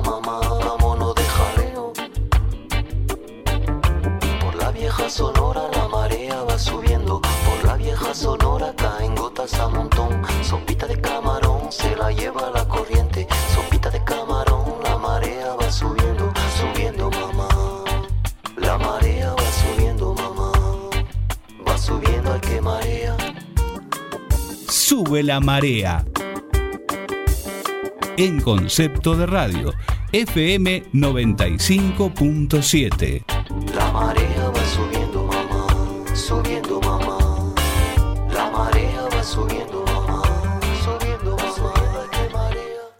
mamá, vámonos de jaleo. Por la vieja sonora la marea va subiendo. Por la vieja sonora caen gotas a montón. Sopita de camarón se la lleva la corriente. Sopita de camarón, la marea va subiendo, subiendo, mamá. La marea va subiendo, mamá. Va subiendo al que marea. Sube la marea. En concepto de radio, FM 95.7. La marea va subiendo, mamá, subiendo, mamá. La marea va subiendo, mamá, subiendo, mamá. La marea.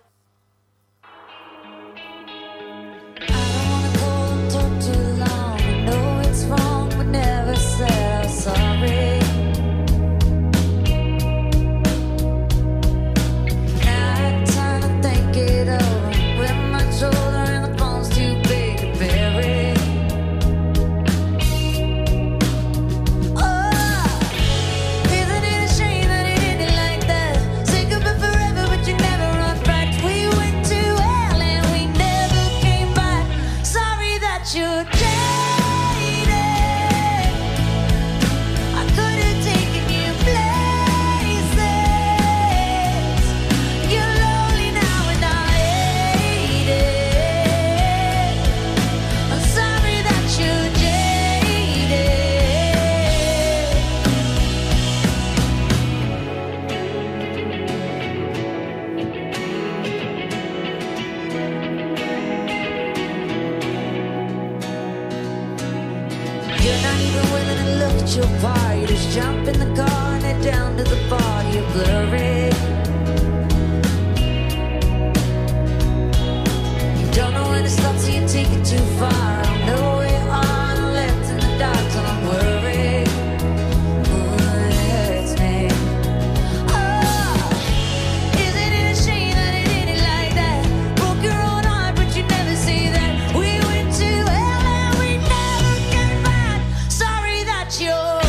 You're jaded. I could've taken you places. You're lonely now and I hate it. I'm sorry that you're jaded. You're not even willing to look at your bar. You just jump in the car and head down to the bar. You're blurry. You don't know when to stop, so you take it too far. I know we're on a left in the dark, so I'm worried. Ooh, it hurts me. Oh, isn't it a shame that it ended like that? Broke your own heart, but you never say that. We went to hell and we never came back. Sorry that you're.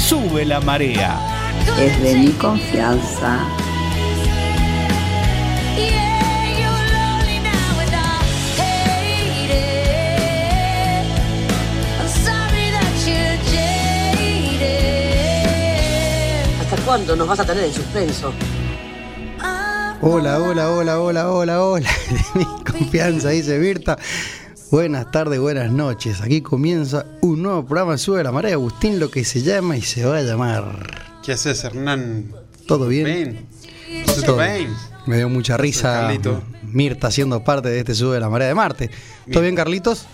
Sube la marea. es de mi confianza. Yeah, you're lonely now and I hate it. I'm sorry that you're jaded. ¿Hasta cuándo nos vas a tener en suspenso? Hola, hola, hola, hola, hola, hola. Mi confianza, dice Birta. Buenas tardes, buenas noches. Aquí comienza un nuevo programa de Sube la Marea. Agustín, lo que se llama y se va a llamar. ¿Qué haces, Hernán? ¿Todo bien? Ven. ¿Todo bien? Me dio mucha risa Carlito. Mirta siendo parte de este Sube la Marea de Marte. ¿Todo Mirta. bien, Carlitos?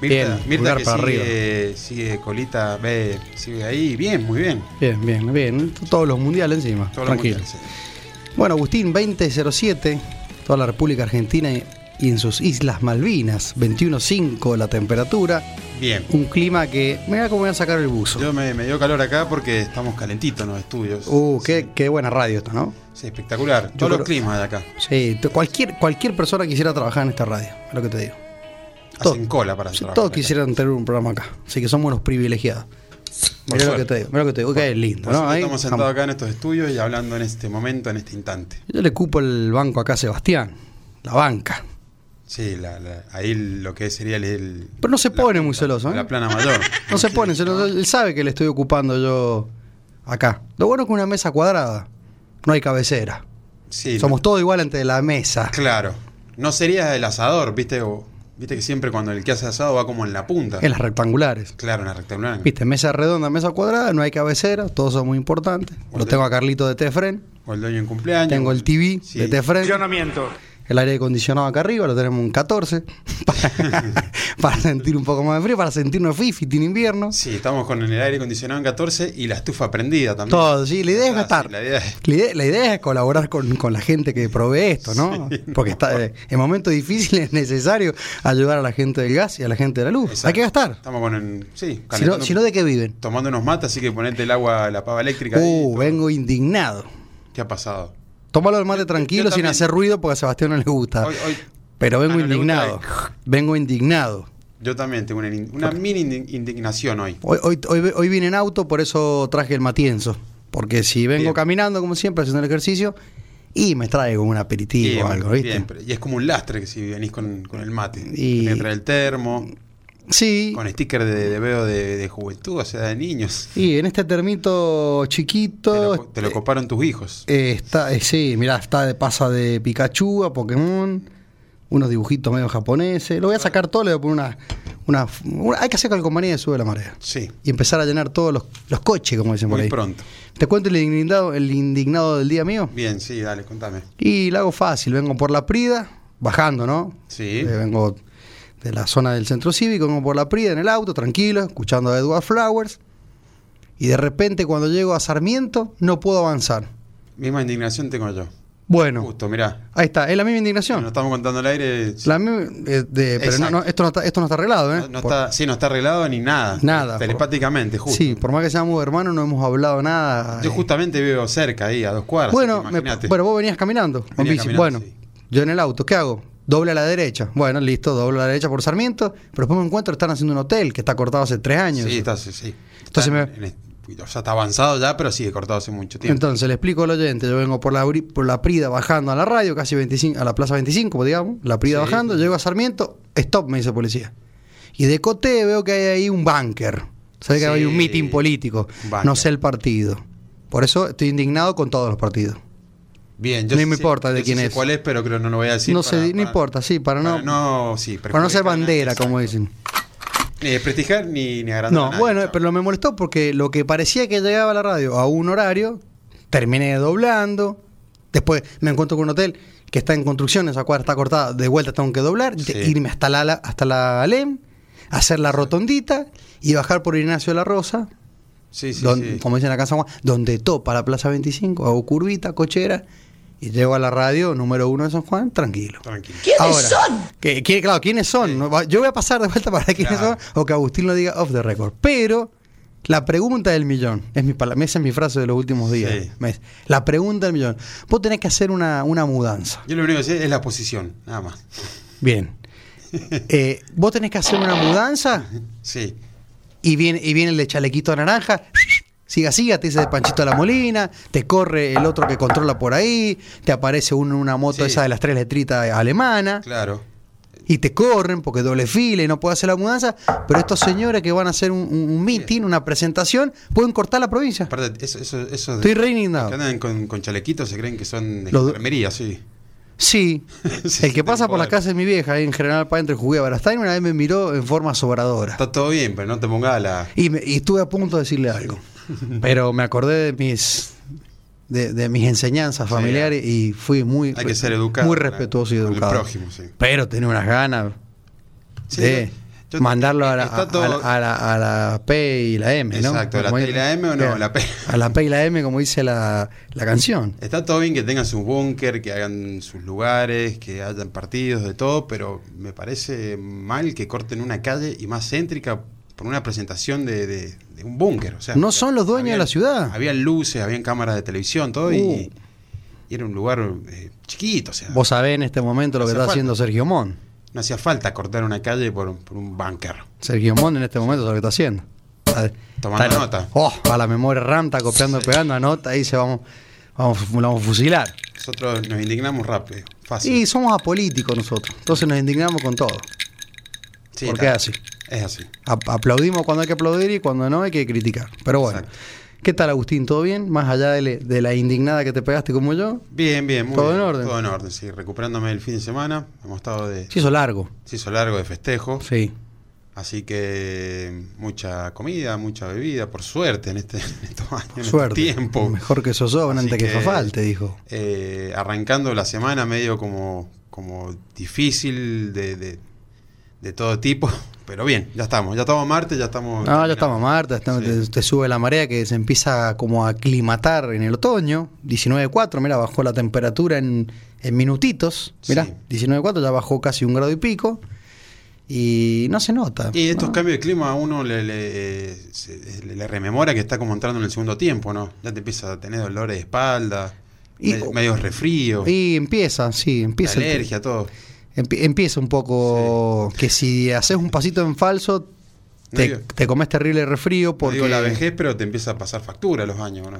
Mirta, Bien, Mirta pulgar que para sigue, sigue colita, ve, sigue ahí. Bien, muy bien. Bien, bien, bien. Todos los mundiales encima. Todo lo Tranquilo. mundial, sí. Bueno, Agustín, 2007, toda la República Argentina y- y en sus Islas Malvinas, 21.5 la temperatura, Bien. un clima que, mira cómo voy a sacar el buzo. Yo me, me dio calor acá porque estamos calentitos en los estudios. Uh, qué, qué buena radio esta, ¿no? Sí, espectacular. Todos creo- los climas de acá. Sí, t- cualquier, cualquier persona quisiera trabajar en esta radio, es lo que te digo. Todo. Hacen cola para Sí, trabajar todos acá. quisieran tener un programa acá, así que somos unos privilegiados. Por Mira lo que suerte. te digo, mira lo que te digo, que es lindo, Nosotros ¿no? Ahí estamos estamos. sentados acá en estos estudios y hablando en este momento, en este instante. Yo le cupo el banco acá a Sebastián, la banca. Sí, la- la- ahí lo que sería el, el- Pero no se la- pone muy celoso, ¿eh? La plana mayor. No se pone, se lo- él sabe que le estoy ocupando yo acá. Lo bueno es que una mesa cuadrada, no hay cabecera. Sí, Somos todos igual ante la mesa. Claro. No sería el asador, ¿viste? O- Viste que siempre cuando el que hace asado va como en la punta. En las rectangulares. Claro, en la rectangular. Viste, mesa redonda, mesa cuadrada, no hay cabecera, todos son muy importantes. Lo tengo a Carlito de Tefren, O el dueño en cumpleaños. tengo el TV Sí. de Tefren. no miento. el aire acondicionado acá arriba, lo tenemos un 14, para, para sentir un poco más de frío, para sentirnos fifi en invierno. Sí, estamos con el aire acondicionado en 14 y la estufa prendida también. Todo, sí, la idea es Ah, gastar. sí, la idea es- La idea, la idea es colaborar con, con la gente que provee esto, ¿no? Sí, Porque está, eh, en momentos difíciles es necesario ayudar a la gente del gas y a la gente de la luz. Hay que gastar. Estamos con el. Sí, Si no, calentando- si no, ¿de qué viven? tomando unos mates, así que ponete el agua, la pava eléctrica. ahí, Uh, todo. vengo indignado. ¿Qué ha pasado? Tómalo al mate tranquilo sin también. hacer ruido porque a Sebastián no le gusta. Hoy- hoy- Pero vengo Ah, no le gusta indignado. Vengo indignado. Yo también tengo una, in- una mini indi- indignación hoy. Hoy, hoy, hoy, hoy vine en auto, por eso traje el matienzo. Porque si vengo Bien. caminando, como siempre, haciendo el ejercicio, y me traigo un aperitivo Bien, o algo, ¿viste? bien, pero- y es como un lastre que si venís con, con el mate. Y- Tenés que traer el termo, Sí. con sticker de, de veo de, de juventud, o sea, de niños. Y en este termito Te lo, chiquito. te lo coparon tus hijos. eh, está, eh, sí, mirá, está de pasa de Pikachu a Pokémon. Unos dibujitos medio japoneses. Ah. Lo voy a sacar todo, le voy a poner una. una, una- hay que hacer calcomanía de sube la marea. Sí, Y empezar a llenar todos los, los coches, como dicen por muy ahí. pronto. ¿Te cuento el indignado, el indignado del día mío? Bien, sí, dale, contame. Y la hago fácil, vengo por la Prida, bajando, ¿no? Sí. Eh, vengo de la zona del centro cívico, vengo por la Prida en el auto, tranquilo, escuchando a Edward Flowers. Y de repente cuando llego a Sarmiento no puedo avanzar. Misma indignación tengo yo. Bueno, Justo, mirá. ahí está, es la misma Nos indignación. estamos contando al aire. La misma, eh, de- pero no, Exacto. no, esto, no está, esto no está arreglado, ¿eh? No, no Por- está, sí, no está arreglado ni nada. Nada. Telepáticamente, justo. Sí, por más que seamos hermanos no hemos hablado nada. Yo eh. justamente vivo cerca ahí, a dos cuadras. Bueno, así que me- imagínate. bueno, vos venías caminando con Venía bici. bueno, caminando, sí. yo en el auto, ¿qué hago? Doble a la derecha. Bueno, listo, doble a la derecha por Sarmiento. Pero después me encuentro, están haciendo un hotel que está cortado hace tres años. Sí, está, sí, sí. Entonces Está me- en- en- o sea, está avanzado ya, pero sigue cortado hace mucho tiempo. Entonces le explico al oyente, yo vengo por la, Uri- por la Prida bajando a la radio, casi 25, a la Plaza 25, digamos, la Prida Sí. bajando, llego a Sarmiento, stop, me dice el policía. Y de cote veo que hay ahí un bunker. Sabe que Sí. hay un mitin político. Un búnker. No sé el partido. Por eso estoy indignado con todos los partidos. Bien, no sí me importa de yo sí quién sé es. cuál es, pero creo que no lo voy a decir. no para- sé, no para- importa, sí, para no, para no, sí, para no ser perjudicar a nadie, bandera, como exacto. dicen. Ni prestigiar ni, ni agrandar. a No, nadie, bueno, chao. pero me molestó porque lo que parecía que llegaba a la radio a un horario, terminé doblando. Después me encuentro con un hotel que está en construcción, esa cuadra está cortada, de vuelta tengo que doblar, Sí. de- irme hasta la, la- hasta la Alem, hacer la rotondita y bajar por Ignacio de la Rosa, Sí, sí, don- sí. como dicen acá en San Juan, donde topa la Plaza 25, hago curvita, cochera, y llego a la radio número uno de San Juan, tranquilo. Tranquilo. ¿Quiénes son? Que, que- claro, ¿quiénes son? No va- Yo voy a pasar de vuelta para quiénes Claro. son o que Agustín lo diga off the record. Pero la pregunta del millón, es mi, pala- esa es mi frase de los últimos días. Sí. mes. La pregunta del millón. Vos tenés que hacer una, una mudanza. Yo lo único que sé es la posición, nada más. Bien. Eh, vos tenés que hacer una mudanza Sí. y viene, y viene el de chalequito naranja. Siga, siga, te dice de Panchito a la Molina, te corre el otro que controla por ahí, te aparece uno en una moto Sí. esa de las tres letritas alemana. Claro. y te corren porque doble fila y no puede hacer la mudanza, pero estos señores que van a hacer un, un- un meeting, una presentación, pueden cortar la provincia. Aparte, eso, eso, eso de- Estoy re que indignado. andan con, con chalequitos se creen que son de Los- enfermería, sí. Sí, Sí, el que pasa por la poder. casa de mi vieja, ahí en General Paz, entre Jugué a Barastain, una vez me miró en forma sobradora. Está todo bien, pero no te pongas la. Y, me- y estuve a punto de decirle algo, pero me acordé de mis... De, de mis enseñanzas Sí. familiares y fui muy, Hay que ser educado. muy con la- respetuoso y con el educado. prójimo, sí. Pero tenía unas ganas Sí, de yo- yo- mandarlo a la, está a- todo- a la- a la- a la P y la M, ¿no? Exacto, la Como T y la M o no, claro, la P. A la P y la M, como dice la, la canción. Está todo bien que tengan su búnker, que hagan sus lugares, que hayan partidos, de todo, pero me parece mal que corten una calle y más céntrica por una presentación de, de- de un búnker. O sea, No son los dueños de la ciudad. Habían luces, habían cámaras de televisión, todo, Uh. y, y era un lugar eh, chiquito. O sea, Vos sabés en este momento lo que Hace está falta. haciendo Sergio Mon. no hacía falta cortar una calle por, por un búnker. Sergio Mon en este momento sabe lo que está haciendo. Está- Tomando está- nota. Oh, a la memoria RAM está copiando, pegando, anota, y dice vamos, vamos, la vamos a fusilar. Nosotros nos indignamos rápido, fácil. Y somos apolíticos nosotros, entonces nos indignamos con todo. Sí, ¿Por qué está. así? Es así. Ap- aplaudimos cuando hay que aplaudir y cuando no hay que criticar. Pero bueno, Exacto. ¿qué tal Agustín? ¿Todo bien? Más allá de, le- de la indignada que te pegaste como yo, Bien, bien, muy ¿Todo bien, en orden? Todo en orden, sí. Recuperándome el fin de semana. Hemos estado de. se hizo largo. Se hizo largo de festejo. Sí. Así que mucha comida, mucha bebida, por suerte en, este, en estos años, en este Suerte. tiempo. Mejor que sosobran Así antes que, que- fafalte, dijo. Eh, arrancando la semana medio como, como difícil de, de- de todo tipo, pero bien, ya estamos, ya estamos martes, ya estamos... No, ya estamos Marta, estamos- Sí. te, te sube la marea que se empieza como a aclimatar en el otoño, 19.4, mira, bajó la temperatura en, en minutitos, mira, Sí. 19.4 ya bajó casi un grado y pico y no se nota. Y estos ¿no? cambios de clima a uno le, le, eh, se- le- le rememora que está como entrando en el segundo tiempo, ¿no? Ya te empieza a tener dolores de espalda, Y- me- medio refrío, Y empieza, sí, empieza. el- alergia, todo. empie- empieza un poco que si haces un pasito en falso No te, digo- te comes terrible refrío No porque digo la vejez, pero te empieza a pasar factura los años, ¿no?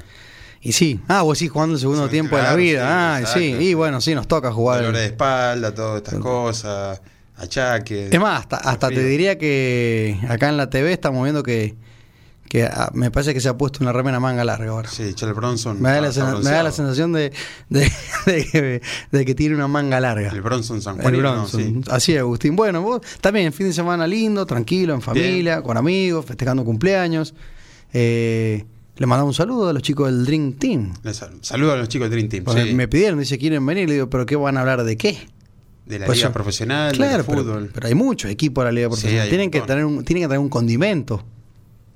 Y sí, ah, vos sí jugando el segundo Sí, tiempo de la claro, vida. sí, ah, sí, exacto, y sí. bueno, sí nos toca jugar. Dolores de espalda, todas estas cosas, achaques. Es más, hasta, hasta te Frío. diría que acá en la TV estamos viendo que, que ah, me parece que se ha puesto una remera manga larga ahora. Sí, Charles Bronson. Me da, la, está sen- me da la bronceado. sensación de, de- de que, de que tiene una manga larga. El Bronson San El Juanino, Bronson. sí. Así es, Agustín. Bueno, vos también, fin de semana lindo, tranquilo, en familia, con amigos, festejando cumpleaños. Eh, le mandamos un saludo a los chicos del Dream Team. Les sal- Saludo a los chicos del Dream Team. Porque sí. Me pidieron, dice, quieren venir. Le digo, ¿pero qué van a hablar de qué? de la Pues liga yo- profesional, claro, Ah, del pero- fútbol. Pero, hay muchos equipos de la liga Sí, profesional. hay un tienen, que montón. tener un, tienen que tener un condimento.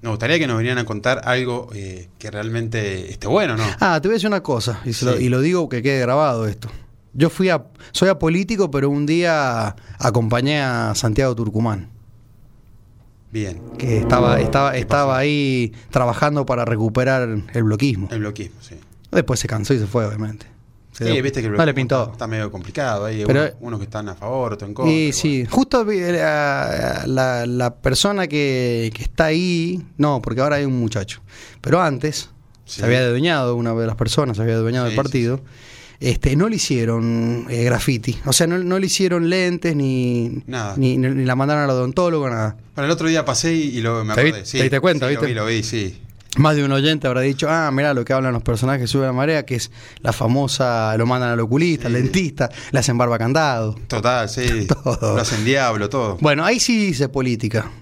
Nos gustaría que nos vinieran a contar algo eh, que realmente esté bueno, ¿no? Ah, te voy a decir una cosa, y, se lo, Sí. y lo digo que quede grabado esto. Yo fui a, soy apolítico, pero un día acompañé a Santiago Turcumán, Bien, que Oh, estaba, estaba, estaba ahí trabajando para recuperar el bloquismo. el bloquismo, sí. Después se cansó y se fue, obviamente. Se Sí, dio- viste que el no le bloquismo pintó. Está, está medio complicado. Hay Pero- unos, unos que están a favor, otros en contra. Y bueno. sí, justo vi- eh, la, la- la persona que, que está ahí, no, porque ahora hay un muchacho, pero antes Sí. se había adueñado, una de las personas se había adueñado Sí, del partido, este no le hicieron eh, graffiti, o sea, no, no le hicieron lentes ni, Nada. ni, ni la mandaron al odontólogo, nada. Bueno, el otro día pasé y, y lo me ¿Te acordé. vi- sí, te diste cuenta, sí, viste? Lo vi, lo vi, sí. Más de un oyente habrá dicho, ah, mirá lo que hablan los personajes de sube la marea, que es la famosa, lo mandan al oculista, al Sí. dentista, le hacen barba candado. Total, sí. Todo. Lo hacen diablo, todo. Bueno, ahí sí hice política.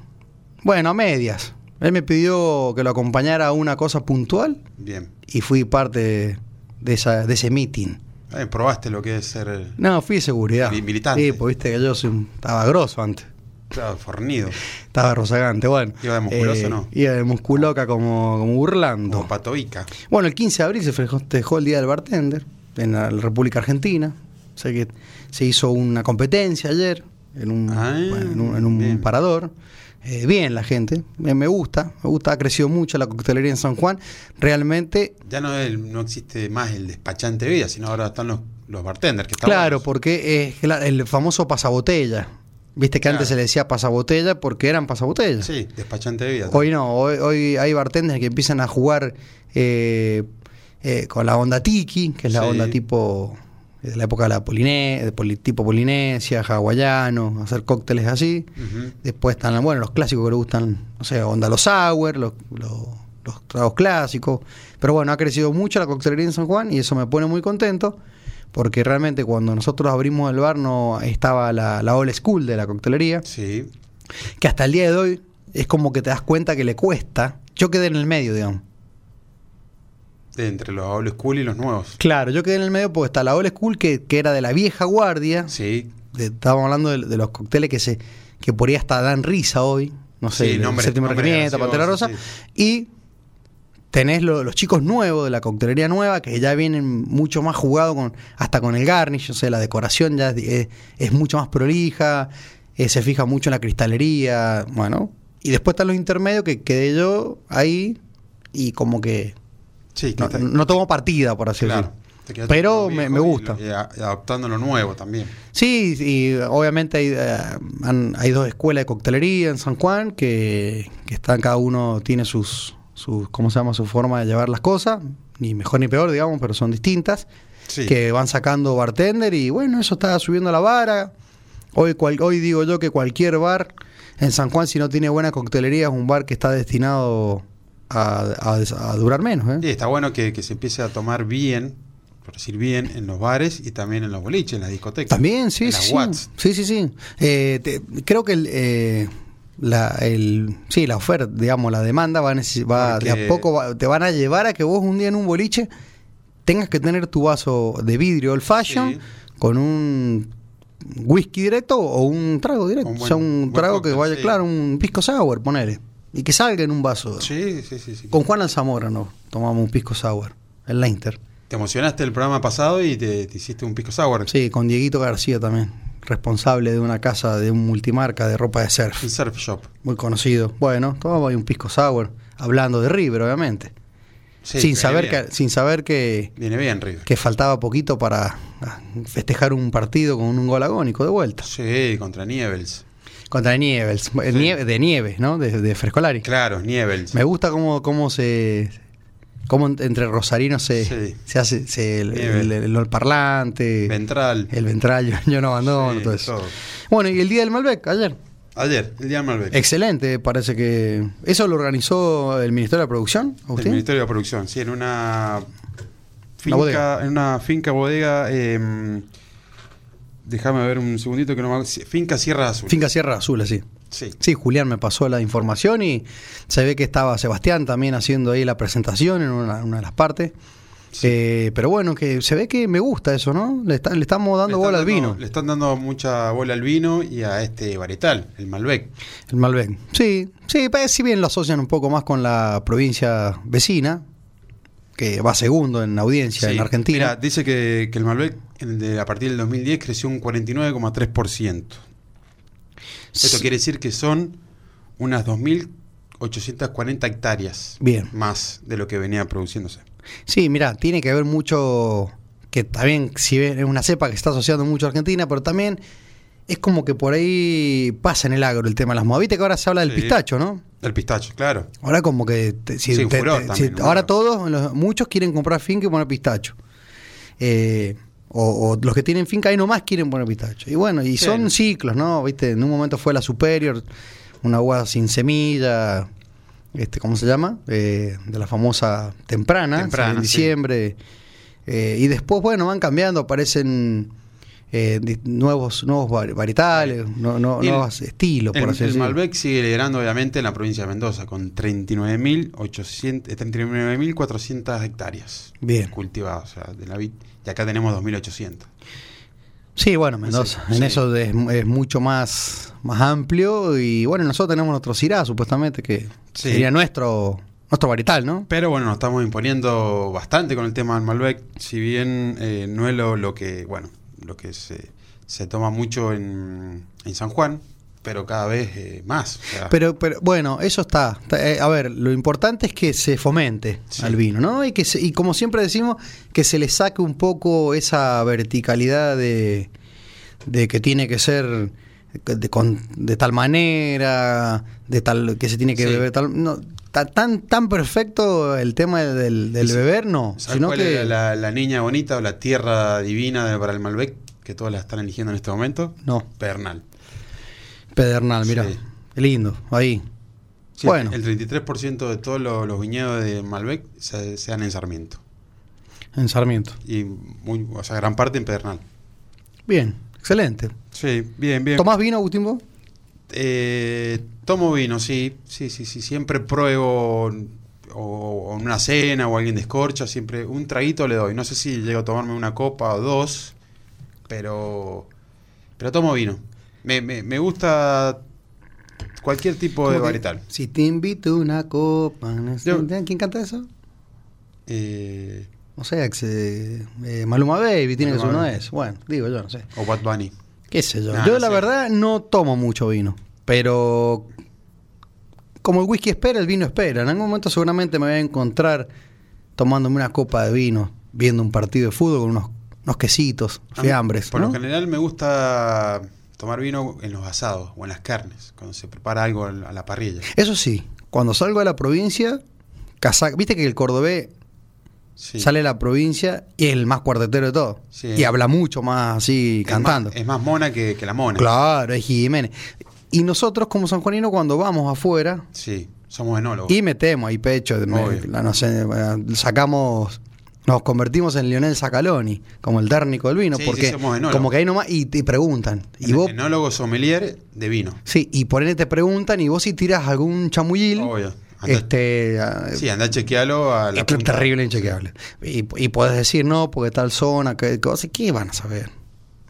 Bueno, a medias. Él me pidió que lo acompañara a una cosa puntual Bien. y fui parte de, esa, de ese meeting. Eh, probaste lo que es ser No, fui de seguridad. Mi- militante. Sí, pues viste que yo soy un- estaba grosso antes. claro, fornido, Estaba rozagante, bueno. Eh, ¿Iba de musculoso o no? Iba de musculoca como, como burlando. como patoica. Bueno, el 15 de abril se festejó el Día del Bartender en la República Argentina. O sea que se hizo una competencia ayer en un, Ah, bueno, en un- en un bien. parador. Eh, bien la gente, me, me gusta, me gusta, ha crecido mucho la coctelería en San Juan. Realmente, Ya no, es el- no existe más el despachante de vida, sino ahora están los, los bartenders que están claro, buenos. porque eh, es la- el famoso pasabotella. Viste que antes Claro. se le decía pasabotella porque eran pasabotellas. Sí, despachante de vida. Hoy no, hoy, hoy hay bartenders que empiezan a jugar eh, eh, con la onda tiki, que es la Sí. onda tipo eh, de la época de la Poline- de poli- tipo polinesia, hawaiano, hacer cócteles así. Ujú. Después están, bueno, los clásicos que le gustan, no sé, onda los sour, los, los- los tragos clásicos. Pero bueno, ha crecido mucho la coctelería en San Juan y eso me pone muy contento. Porque realmente cuando nosotros abrimos el bar no estaba la, la old school de la coctelería Sí, que hasta el día de hoy es como que te das cuenta que le cuesta. Yo quedé en el medio, digamos. de entre los old school y los nuevos. Claro, yo quedé en el medio porque está la old school que, que era de la vieja guardia. Sí, De- estábamos hablando de, de los cócteles que se que por ahí hasta dan risa hoy. No sé, Sí, el nombres- séptimo nombres regimiento, graciosos, Pantera Rosa. Y tenés lo- los chicos nuevos de la coctelería nueva que ya vienen mucho más jugado con hasta con el garnish, o sea, la decoración ya es, es- es mucho más prolija, eh, se fija mucho en la cristalería, bueno. Y después están los intermedios que quedé yo ahí y como que sí, que no, está- no tomo partida, por así claro. decirlo. Te quedas Pero con lo me- viejo me y gusta. lo- y a- y adaptando lo nuevo también. Sí, y obviamente hay, eh, han- hay dos escuelas de coctelería en San Juan que, que están, cada uno tiene sus, sus, ¿cómo se llama? Su forma de llevar las cosas, ni mejor ni peor, digamos, pero son distintas, Sí, que van sacando bartender y bueno, eso está subiendo la vara. Hoy, cual- hoy digo yo que cualquier bar en San Juan, si no tiene buena coctelería, es un bar que está destinado a, a des- a durar menos. ¿eh? Y está bueno que, que se empiece a tomar bien, por decir bien, en los bares y también en los boliches, en las discotecas. También, sí, en sí. las sí. Watts. Sí, sí, sí. Eh, te- creo que el, eh, la, el, sí, la oferta, digamos, la demanda va, a necesi- va- Porque- de a poco va- te van a llevar a que vos un día en un boliche tengas que tener tu vaso de vidrio old fashion Sí. con un whisky directo o un trago directo, Un o sea, buen- un buen trago que cóctel, vaya, sí. claro, un pisco sour, ponele, y que salga en un vaso. Sí, sí, sí. sí. Con Juan Alzamora no tomamos un pisco sour, el Leinster. Te emocionaste el programa pasado y te, te hiciste un pisco sour. Sí, con Dieguito García también, responsable de una casa de un multimarca de ropa de surf. Un surf shop. Muy conocido. Bueno, tomamos ahí un pisco sour, hablando de River, obviamente. sin, Sí, viene saber bien. que, sin saber que, Viene bien, River. que faltaba poquito para ah, festejar un partido con un gol agónico de vuelta. Sí, contra Nievels. Contra Nieves, eh, Sí. Nieves- de Nieves, ¿no? De, de Frescolari. Claro, Nievels. Me gusta cómo, cómo se... cómo en- entre rosarinos se, Sí. se hace se- el, Nieves. el- el- el parlante, Ventral. el ventral, yo, yo no abandono, Sí, todo eso. todo. Bueno, y el Día del Malbec, ayer. Ayer, el día de Malbec. Excelente, parece que... ¿Eso lo organizó el Ministerio de la Producción, El Agustín? Ministerio de Producción, sí, en una finca, bodega. en una finca bodega. eh, déjame ver un segundito que no me acuerdo. Sí, Finca Sierra Azul. Finca Sierra Azul, así. Sí. Sí, Julián me pasó la información y se ve que estaba Sebastián también haciendo ahí la presentación en una, una de las partes. Sí. Eh, pero bueno, que se ve que me gusta eso, ¿no? Le, está- le estamos Le dando están bola al dando- vino, Le están dando mucha bola al vino y a este varietal, el Malbec. el Malbec. Sí, sí, pues, si bien lo asocian un poco más con la provincia vecina, que va segundo en audiencia Sí. en Argentina. Mira, dice que, que el Malbec en el de- a partir del 2010 creció un 49,3%. Esto Sí. quiere decir que son unas 2.840 hectáreas Bien. más de lo que venía produciéndose. Sí, mira, tiene que ver mucho que también si bien es una cepa que se está asociando mucho a Argentina, pero también es como que por ahí pasa en el agro el tema de las modas. Viste que ahora se habla del Sí. pistacho, ¿no? El pistacho, claro. Ahora como que te- si Sí, un te- furor te- también, si- un ahora furor. todos los- muchos quieren comprar finca y poner pistacho. Eh, o, o los que tienen finca ahí nomás quieren poner pistacho. Y bueno, y son Bueno. ciclos, ¿no? Viste, en un momento fue la Superior, una uva sin semilla, este, ¿cómo se llama? Eh, de la famosa temprana, Temprana, en sí. diciembre. Eh, y después, bueno, van cambiando, aparecen eh, di- nuevos, nuevos var- varietales, no, no- Y el- nuevos estilos, por El, así el decirlo. Malbec sigue liderando obviamente en la provincia de Mendoza con 39.800, eh, 39.400 hectáreas Bien. cultivadas. O sea, de, la, vid- y acá tenemos 2.800. Sí, bueno, Mendoza. Sí, en sí. eso es, es mucho más, más amplio. Y bueno, nosotros tenemos nuestro Cirá, supuestamente, que Sí. sería nuestro, nuestro varietal, ¿no? Pero bueno, nos estamos imponiendo bastante con el tema del Malbec, si bien eh, no es lo, lo que, bueno, lo que se, se toma mucho en, en San Juan, pero cada vez eh, más. o sea, Pero, pero bueno, eso está. está- eh, a ver, lo importante es que se fomente Sí. al vino, ¿no? Y, que se- y como siempre decimos, que se le saque un poco esa verticalidad de, de que tiene que ser de, con- de tal manera, de tal que se tiene que Sí. beber tal. No, ta- tan, tan perfecto el tema del, del Sí. beber, no. ¿sabes Sino cuál que era la, la niña bonita o la tierra divina de- para el Malbec? Que todos la están eligiendo en este momento. No. Pernal. Pedernal, mira. Sí. Qué lindo, ahí. Sí, Bueno. El 33% de todos lo- los, viñedos de Malbec se, se dan en Sarmiento. En Sarmiento. Y muy, o sea, gran parte en Pedernal. Bien, excelente. Sí, bien, bien. ¿Tomás vino, Agustín? vos? Eh, tomo vino, sí. Sí, sí, sí. Siempre pruebo o, o en una cena o alguien descorcha. Siempre un traguito le doy. No sé si llego a tomarme una copa o dos, pero, pero tomo vino. Me, me- me gusta cualquier tipo ¿Cómo de que- varietal. Si te invito a una copa. ¿no? Yo- ¿Quién canta eso? Eh, O sea, que se- eh, Maluma Baby tiene que ser Maluma uno Baby. de esos. Bueno, digo yo, no sé. o Bad Bunny. ¿Qué sé yo? Nah, yo, no la sé. verdad, no tomo mucho vino. Pero. Como el whisky espera, el vino espera. En algún momento, seguramente me voy a encontrar tomándome una copa de vino, viendo un partido de fútbol con unos, unos quesitos, A mí, fiambres. Ah, Por ¿no? lo general me gusta tomar vino en los asados o en las carnes, cuando se prepara algo a la parrilla. Eso sí, cuando salgo de la provincia, casaca, viste que el cordobés Sí. sale de la provincia y es el más cuartetero de todo. Sí. Y habla mucho más así, Es cantando. más- es más mona que, que la mona. claro, es Jiménez. Y nosotros como sanjuaninos cuando vamos afuera Sí, somos enólogos. y metemos ahí pecho, me- Obvio. la- no sé, eh, sacamos Nos convertimos en Lionel Sacaloni, como el térnico del vino, Sí, sí, porque somos enólogos. como que ahí nomás y te preguntan. Y vos, Enólogo sommelier de vino. sí, y por ende te preguntan y vos si tirás algún chamullil, Obvio. Andá- este, ah, sí, anda a chequearlo a la es que punta. terrible, inchequeable. Y, y podés decir no, porque tal zona, que cosa, ¿qué van a saber?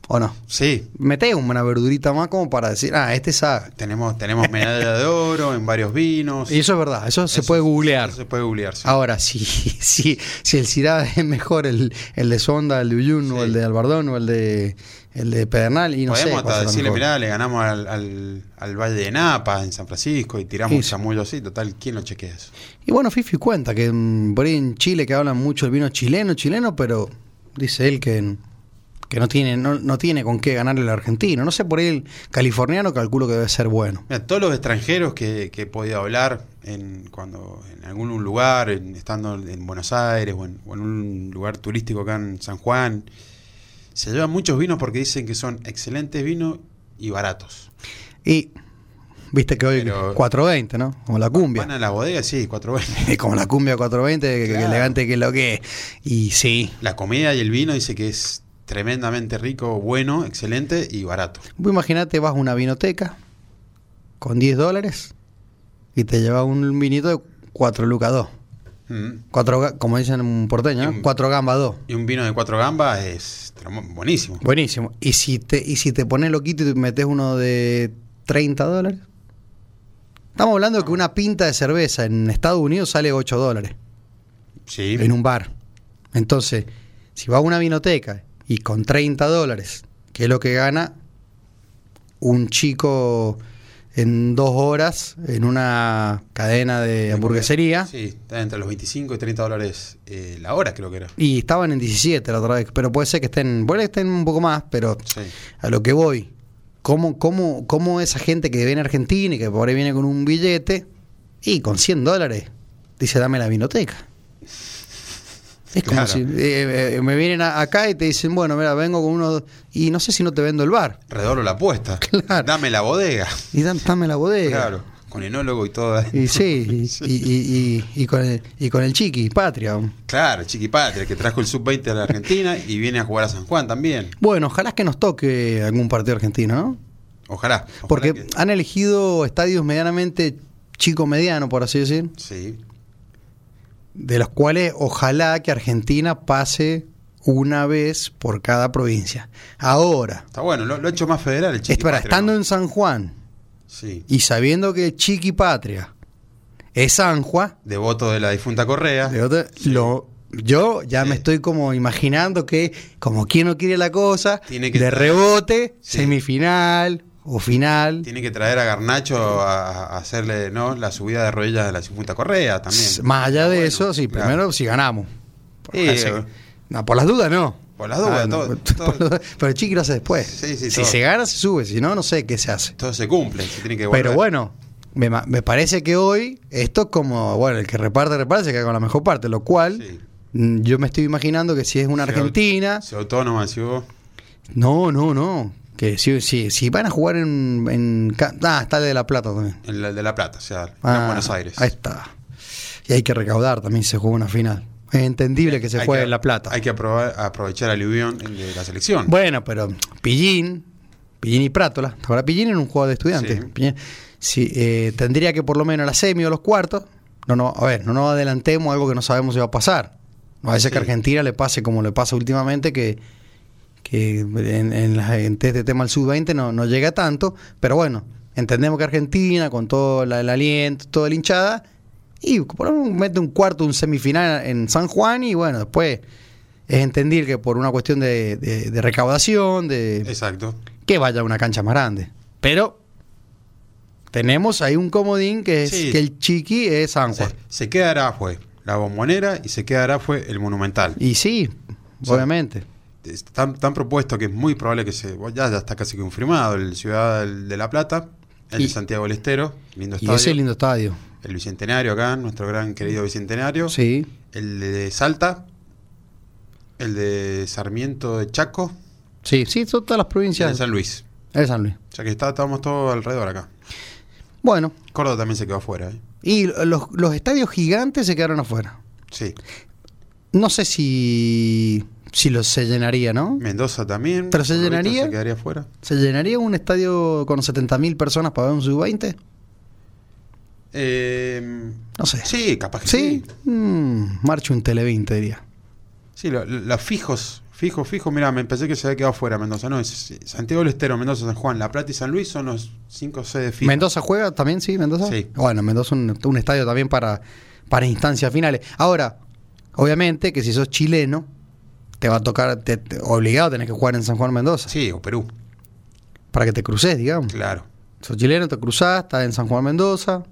¿O no? Sí, Meté una verdurita más como para decir, ah, este sabe. tenemos, tenemos medalla de oro en varios vinos. Y eso es verdad, eso se Eso- puede googlear. eso se puede googlear, sí. Ahora, si, si, si el Cirá es mejor el, el de Sonda, el de Uyun, o Sí. el de Albardón, o el de, el de Pedernal, y no sé. Podemos cuál hasta será decirle, mejor. mirá, le ganamos al, al- al Valle de Napa en San Francisco y tiramos Sí, un sí. chamullo así. Total, ¿quién lo chequea eso? Y bueno, Fifi cuenta que mm, por ahí en Chile que hablan mucho el vino chileno, chileno, pero dice él que, que no, tiene, no, no tiene con qué ganarle al argentino. No sé, por ahí el californiano calculo que debe ser bueno. Mira, todos los extranjeros que, que he podido hablar en, cuando, en algún lugar, en- estando en Buenos Aires o en, o en un lugar turístico acá en San Juan, se llevan muchos vinos porque dicen que son excelentes vinos y baratos. Y viste que hoy Pero- 420, ¿no? Como la cumbia. Van a la bodega, sí, cuatro veces. Como la cumbia 420, que- que Claro. elegante que es lo que es. Y sí, La comida y el vino dice que es tremendamente rico, bueno, excelente y barato. Vos imaginate, vas a una vinoteca con 10 dólares y te llevas un vinito de 4 lucas 2. Mm. Cuatro, ga- como dicen en porteño, Mm. 4 gambas 2. Y un vino de cuatro gambas es tramo- buenísimo. Buenísimo. Y si te, y si te pones loquito y te metes uno de 30 dólares. Estamos hablando de que una pinta de cerveza en Estados Unidos sale 8 dólares Sí. en un bar. Entonces, si vas a una vinoteca y con 30 dólares, que es lo que gana un chico en dos horas en una cadena de hamburguesería, Sí, está entre los 25 y 30 dólares eh, la hora, creo que era. y estaban en 17 la otra vez, pero puede ser que estén, puede que estén un poco más, pero Sí. a lo que voy, ¿cómo, cómo, cómo esa gente que viene a Argentina y que por ahí viene con un billete y con 100 dólares dice dame la vinoteca? Es como Claro. si eh, eh, me vienen a- acá y te dicen, bueno, mira, vengo con uno y no sé si no te vendo el bar. Redoblo la apuesta. Claro. Dame la bodega. Y dan- dame la bodega. Claro. Con enólogo y todo. Y sí, y, y- y- y con el, y con el chiqui, patria. Claro, Chiquipatria, que trajo el sub-20 a la Argentina y viene a jugar a San Juan también. Bueno, ojalá que nos toque algún partido argentino, ¿no? Ojalá. ojalá Porque que- han elegido estadios medianamente chico-mediano, por así decir. Sí. de los cuales ojalá que Argentina pase una vez por cada provincia. Ahora, Está bueno, lo, lo ha hecho más federal el es para Chiquipatria. estando ¿no? en San Juan Sí. y sabiendo que Chiqui Patria es San Juan, Devoto de la difunta Correa. de otra- lo, yo ya Sí. me estoy como imaginando que como quien no quiere la cosa, Tiene que de estar- rebote, Sí. semifinal o final, Tiene que traer a Garnacho a, a hacerle ¿no? la subida de rodillas de la difunta Correa s- también. Ah, más allá de Bueno, eso, sí, claro. primero si ganamos. Sí, eh. Así- no, por las dudas no. Ah, Por las dudas, no, todo- por- todo- por las dudas. Pero el chiqui lo hace después. Sí, sí, si todo. se gana, se sube. Si no, no sé qué se hace. todo se cumple. se tiene que Pero volver. bueno, me, ma- me parece que hoy esto es como, bueno, el que reparte, reparte, se queda con la mejor parte. Lo cual, Sí. mm, yo me estoy imaginando que si es una Se au- Argentina. Se autónoma, si hubo. No, no, no. Que si, si, si van a jugar en, en ca- Ah, está el de La Plata también. En la, de La Plata, o sea, en Ah, Buenos Aires. Ahí está. Y hay que recaudar también, se juega una final. Es entendible que se Hay juegue que- en La Plata. Hay que aproba- aprovechar al Lubión de la selección. Bueno, pero Pillín, Pillín y Prátola, ¿te acuerdas? Pillín era un jugador de estudiantes. Sí. Pillín, sí, eh, tendría que por lo menos la semi o los cuartos. No, no, a ver, no nos adelantemos algo que no sabemos si va a pasar. No vaya a ser que Sí. Argentina le pase como le pasa últimamente, que, que en, en las- en este tema al sub-20 no, no llega tanto. Pero bueno, entendemos que Argentina, con todo la- el aliento, toda la hinchada, y por lo menos mete un cuarto, un semifinal en San Juan, y bueno, después es entender que por una cuestión de, de- de recaudación, de Exacto. que vaya a una cancha más grande. Pero tenemos ahí un comodín que es Sí. que el chiqui es San Juan. Se, se queda Arafue, la bombonera, y se queda Arafue, el monumental. Y sí, Sí. obviamente. Es Tan, tan propuesto que es muy probable que se. bueno, Ya, ya está casi confirmado. El Ciudad del- de La Plata, el Y- de Santiago del Estero, lindo Y ese estadio. lindo estadio. El Bicentenario acá, nuestro gran querido Bicentenario. Sí. El de Salta. El de Sarmiento de Chaco. Sí, sí, son todas las Y el de provincias. San Luis. Es San Luis. O sea que está, estábamos todos alrededor acá. Bueno, Córdoba también se quedó afuera. ¿eh? y los, los estadios gigantes se quedaron afuera. Sí. No sé si, si lo se llenaría, ¿no? Mendoza también. ¿Pero se por lo visto, llenaría? Se quedaría fuera. ¿Se llenaría un estadio con 70.000 personas para ver un sub-20? Eh, No sé. sí, capaz que sí. ¿Sí? Mm, marcho un Tele20, diría. Sí, lo- lo- los fijos, fijos, fijos. Mira, me pensé que se había quedado fuera Mendoza. No, es es Santiago del Estero, Mendoza, San Juan, La Plata y San Luis son los cinco sedes fijos. ¿Mendoza juega también, sí, Mendoza? Sí. Bueno, Mendoza un, un estadio también para, para instancias finales. Ahora, obviamente que si sos chileno, te va a tocar, te, te- obligado tenés que jugar en San Juan Mendoza. Sí, o Perú, Para que te cruces, digamos. claro. Sos chileno, te cruzás, estás en San Juan Mendoza.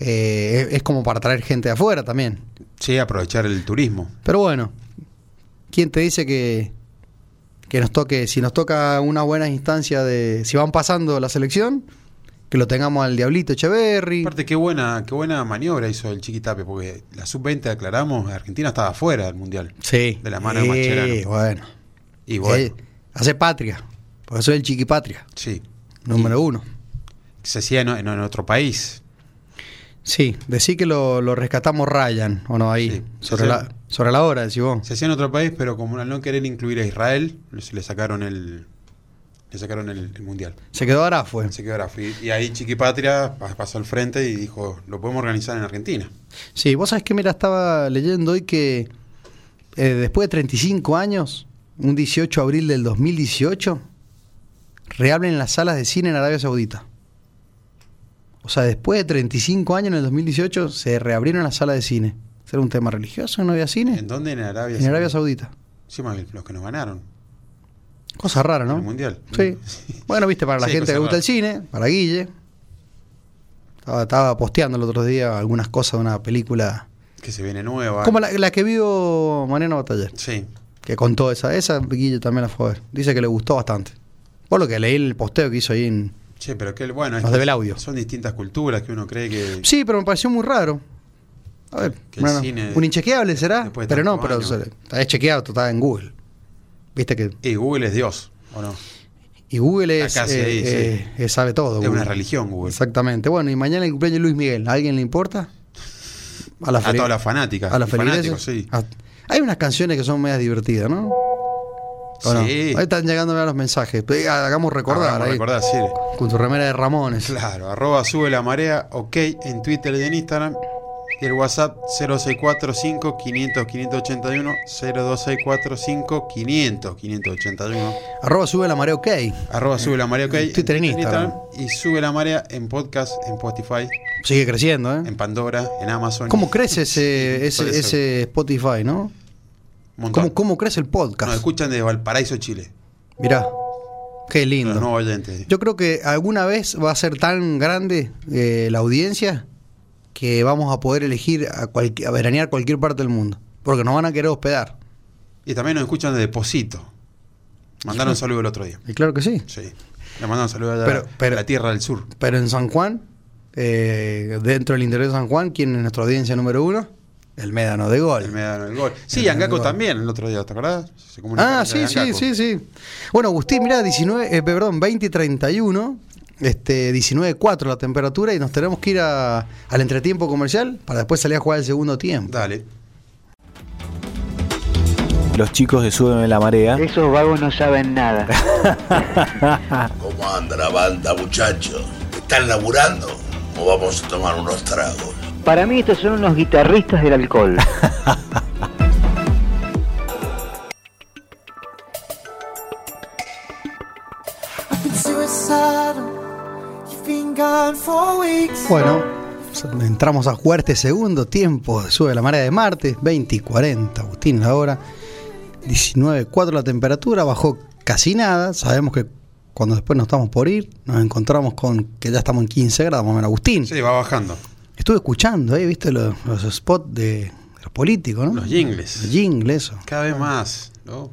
Eh, es, es como para traer gente de afuera también. Sí, aprovechar el turismo. Pero bueno, ¿quién te dice que, que nos toque, si nos toca una buena instancia de, si van pasando la selección, que lo tengamos al Diablito Echeverry? Aparte, qué buena, qué buena maniobra hizo el Chiquitape, porque la sub-20 aclaramos, Argentina estaba fuera del Mundial. Sí. De la mano de Sí, Mascherano. bueno. Y bueno, Sí, hace patria. Por eso es el chiquipatria, sí. número uno. Se hacía en, en- en otro país. Sí, decí que lo, lo rescatamos Ryan, o no, ahí. Sí, sobre, sí. la, sobre la hora, decís vos. Se hacía en otro país, pero como al no querer incluir a Israel, le- le sacaron el, le sacaron el- el Mundial. Se quedó Arafue. Así que ahora fui- y ahí Chiquipatria pa- pasó al frente y dijo, lo podemos organizar en Argentina. Sí, vos sabés que, mira, estaba leyendo hoy que eh, después de 35 años, un 18 de abril del 2018, reabren las salas de cine en Arabia Saudita. O sea, después de 35 años, en el 2018, se reabrieron las salas de cine. ¿Será un tema religioso? ¿No había cine? ¿En dónde? En Arabia En Arabia Saudita. Encima los que nos ganaron. Cosa rara, En ¿no? el Mundial. Sí. Bueno, viste, para la Sí, gente cosa que le gusta rara. el cine, para Guille. Estaba, estaba posteando el otro día algunas cosas de una película. Que se viene nueva. Como la, la que vio Mariano Bataller, Sí. que contó esa. Esa Guille también la fue a ver. Dice que le gustó bastante. Por lo que leí el posteo que hizo ahí en. Che, pero que bueno, Nos estas debe el audio. son distintas culturas que uno cree que Sí, pero me pareció muy raro. A ver, Que el bueno, cine- un inchequeable será, después de pero no, tantos pero años. se- está chequeado, está en Google. Viste que. y eh, Google es Dios, ¿o no? Y Google es. Acá sí, eh, ahí, sí. eh, eh, sabe todo. Es Google. una religión Google. Exactamente. Bueno, y mañana el cumpleaños de Luis Miguel. ¿A alguien le importa? A la A feli- todas las fanáticas. A la y fanáticos, feligreses. sí. A- Hay unas canciones que son medias divertidas, ¿no? ¿O no? Sí. Ah, Ahí están llegándome a los mensajes. Pe- Hagamos recordar. Hagamos ahí, recordar, sí. Con tu remera de Ramones. Claro, arroba sube la marea, ok, en Twitter y en Instagram. Y el WhatsApp 0645 500 581 02645 500 581. Arroba sube la marea, ok. Arroba sube la marea, ok. En Twitter, en Instagram. Y sube la marea en podcast, en Spotify, Sigue creciendo, ¿eh? en Pandora, en Amazon. ¿Cómo crece ese, Todo ese, eso. ese Spotify, no? Un montón. ¿Cómo, cómo crece el Nos podcast? escuchan desde Valparaíso, Chile. Mirá. Qué Los lindo. nuevos oyentes. Yo creo que alguna vez va a ser tan grande eh, la audiencia que vamos a poder elegir a, cualqui- a veranear cualquier parte del mundo. Porque nos van a querer hospedar. Y también nos escuchan desde Posito. Mandaron un saludo el otro día. Y claro que sí. Sí. Le mandaron un saludo allá Pero- pero- a la Tierra del Sur. Pero en San Juan, eh, dentro del interior de San Juan, ¿quién es nuestra audiencia número uno? El Médano de Gol. El Medano del Gol. Sí, El Medano Angaco del Gol. también el otro día, ¿te acordás? Se comunicó Ah, con sí, sí, Angaco. sí, sí. Bueno, Agustín, mirá, 19, eh, perdón, 20 y 31, este, 19 4 la temperatura y nos tenemos que ir a- al entretiempo comercial para después salir a jugar el segundo tiempo. Dale. Los chicos de Súbeme la Marea. Esos vagos no saben nada. ¿Cómo anda la banda, muchachos? ¿Están laburando? ¿O vamos a tomar unos tragos? Para mí estos son unos guitarristas del alcohol. Bueno, entramos a jugar este segundo tiempo. Sube la marea de martes, 20 y 40, Agustín, la hora. 19.4 la temperatura, bajó casi nada. Sabemos que cuando después nos estamos por ir, nos encontramos con que ya estamos en 15 grados, más o menos. Agustín, Sí, va bajando. estuve escuchando, ahí ¿viste los, los spots de, de los políticos, no? Los jingles. Los jingles, eso. Cada vez más, ¿no?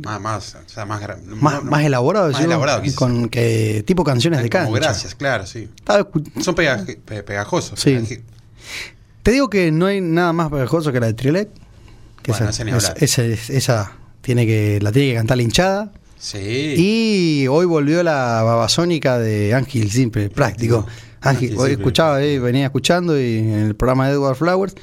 Más, más, o sea, más, gra- Más, no, no. más elaborados, Más ¿sí? elaborado, quizás. con que tipo canciones de cancha. Como gracias, claro, sí. Estaba escu- Son pega- pe- pegajosos. Sí. Pegaje- Te digo que no hay nada más pegajoso que la de Trilec. Que Bueno, esa, esa ni esa- hablar. esa- esa tiene que, la tiene que cantar la hinchada. Sí. Y hoy volvió la babasónica de Ángel Simple, práctico. Práctico. Ángel, Ángel hoy Simple. escuchaba, eh, venía escuchando y en el programa de Edward Flowers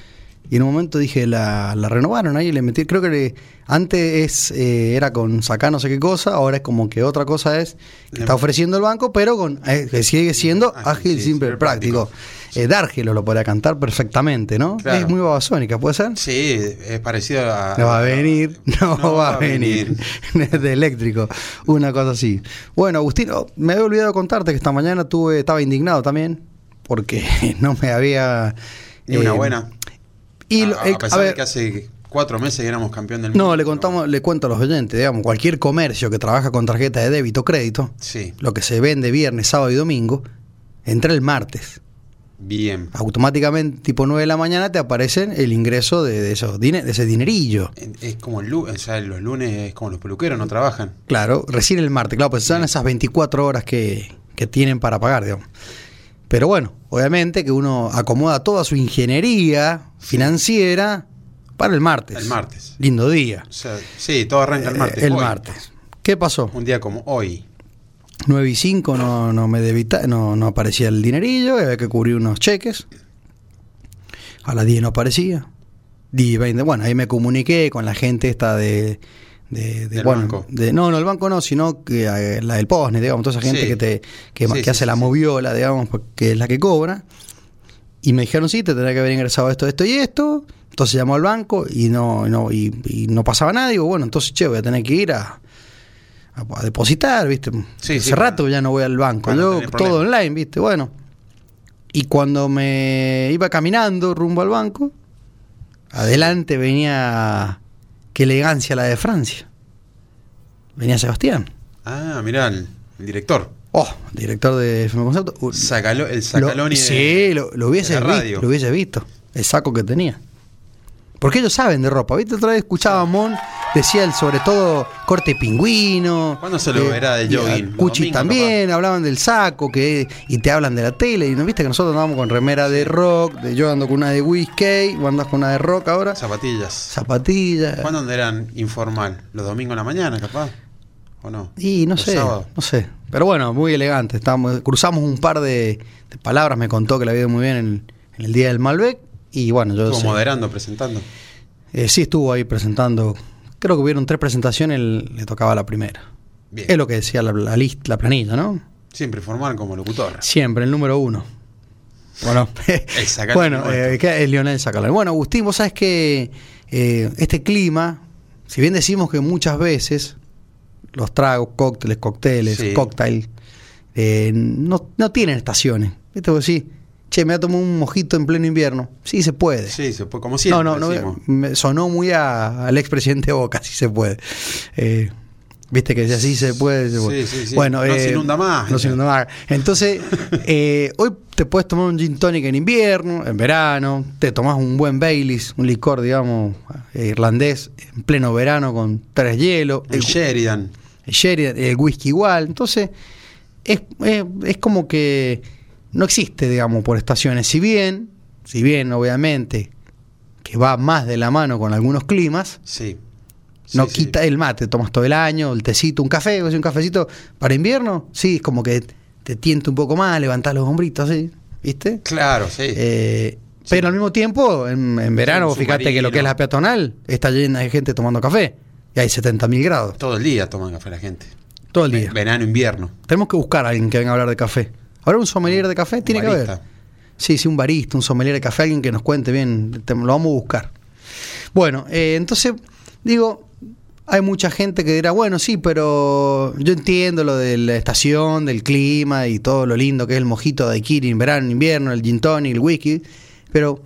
Y en un momento dije, la, la renovaron ahí, le metí, creo que le- antes es, eh, era con sacar no sé qué cosa, ahora es como que otra cosa es, que está ofreciendo el banco, pero con eh, que sigue siendo ágil, simple, práctico. Eh, Dárgelo lo podría cantar perfectamente, ¿no? Claro. Es muy babasónica, ¿puede ser? Sí, es parecido a. No va a venir, no, va a venir. de eléctrico, una cosa así. Bueno, Agustín, oh, me había olvidado contarte que esta mañana tuve, estaba indignado también, porque no me había... Ni una eh, buena. Y a, lo- a eh, a pesar ver. de que hace cuatro meses que éramos campeón del mundo. No, le contamos, le cuento a los oyentes, digamos, cualquier comercio que trabaja con tarjeta de débito o crédito, Sí, lo que se vende viernes, sábado y domingo, entra el martes. bien. Automáticamente, tipo 9 de la mañana, te aparecen el ingreso de, de esos dine- de ese dinerillo. En- Es como el lu- o sea, los lunes es como los peluqueros, no trabajan. Claro, recién el martes, claro, pues son esas 24 horas que, que tienen para pagar, digamos. Pero bueno, obviamente que uno acomoda toda su ingeniería financiera para el martes. El martes. Lindo día. O sea, sí, todo arranca el martes. Eh, el hoy. martes. ¿Qué pasó? Un día como hoy. 9 y 5 no, no me debita, no, no aparecía el dinerillo, había que cubrir unos cheques. A las 10 no aparecía. 10 y 20, bueno, ahí me comuniqué con la gente esta de... de- de- Del bueno, banco. de- no, no, el banco no, sino que, eh, la del POSNE, digamos, toda esa gente Sí. que, te, que, Sí, que sí, hace sí, la sí. moviola, digamos, pues, que es la que cobra. Y me dijeron, sí, te tendría que haber ingresado esto, esto y esto. Entonces llamó al banco y no, no, y, y no pasaba nada. Digo, bueno, entonces, che, voy a tener que ir a, Ah, pues, a- a depositar, ¿viste? Sí, Hace sí, rato para- ya no voy al banco. para no Yo tener todo problemas. online, ¿viste? Bueno. Y cuando me iba caminando rumbo al banco, adelante venía. Qué elegancia la de Francia. Venía Sebastián. Ah, mirá, el, el director. Oh, director de FM Concepto. Uh, Sacalo- el Sacaloni. lo- de- sí, lo, lo hubiese de la visto, radio. lo hubiese visto. El saco que tenía. Porque ellos saben de ropa. ¿Viste? Otra vez escuchaba a Mon, decía el, sobre todo corte pingüino. eh, ¿Cuándo se lo verá de y a jogging? Los Cuchi domingos, también, hablaban del saco que y te hablan de la tele. Y no viste que nosotros andábamos con remera de rock, de yo ando con una de whisky, vos andás con una de rock ahora. Zapatillas. Zapatillas. ¿Cuándo eran informal? ¿Los domingos a la mañana, capaz? ¿O no? Y no Los sé, sábados. no sé. Pero bueno, muy elegante. Estábamos, cruzamos un par de, de palabras, me contó que la había ido muy bien en, en el día del Malbec. Y bueno, yo Estuvo sé- moderando, presentando. eh, sí estuvo ahí presentando. Creo que hubieron tres presentaciones, él- le tocaba la primera. Bien. Es lo que decía la, la, list- la planilla, ¿no? Siempre formal como locutor. Siempre, el número uno. Bueno, El Zacalón bueno nuestro. eh, que- el Lionel Zacalón. Bueno, Agustín, vos sabés que eh, este clima, si bien decimos que muchas veces los tragos, cócteles, cócteles, Sí. cóctel, eh, no, no tienen estaciones. ¿Viste? Vos decís, che, me voy a tomar un mojito en pleno invierno. Sí, se puede. Sí, se puede, como siempre. no, no, no. decimos. me- sonó muy a- al expresidente Boca, si se puede. Eh, Viste que decía, sí se puede. se Sí, puede. sí, sí. Bueno, eh, No se inunda más. No se inunda más. Entonces, eh, hoy te puedes tomar un gin tonic en invierno, en verano, te tomás un buen Baileys, un licor, digamos, eh, irlandés, en pleno verano con tres hielos, El Sheridan. el sherry, el whisky igual. Entonces, es, es- es como que no existe, digamos, por estaciones. Si bien, si bien, obviamente, que va más de la mano con algunos climas, Sí. no Sí, sí. quita el mate, tomas todo el año, el tecito, un café, o sea, un cafecito para invierno, sí, es como que te tienta un poco más, levantás los hombritos, ¿sí? ¿viste? Claro, sí. Eh, Pero al mismo tiempo, en, en verano, un fíjate que lo que es la peatonal está llena de gente tomando café y hay 70.000 grados Todo el día toman café la gente. todo el día. Verano, invierno. Tenemos que buscar a alguien que venga a hablar de café. ¿Habrá un sommelier de café? Tiene que Barista. haber. Sí, sí, un barista, un sommelier de café, alguien que nos cuente bien. te- Lo vamos a buscar. Bueno, eh, entonces, digo, hay mucha gente que dirá, bueno, sí, pero yo entiendo lo de la estación, del clima y todo lo lindo que es el mojito de Kiri en verano, invierno, el gin tonic, el whisky, pero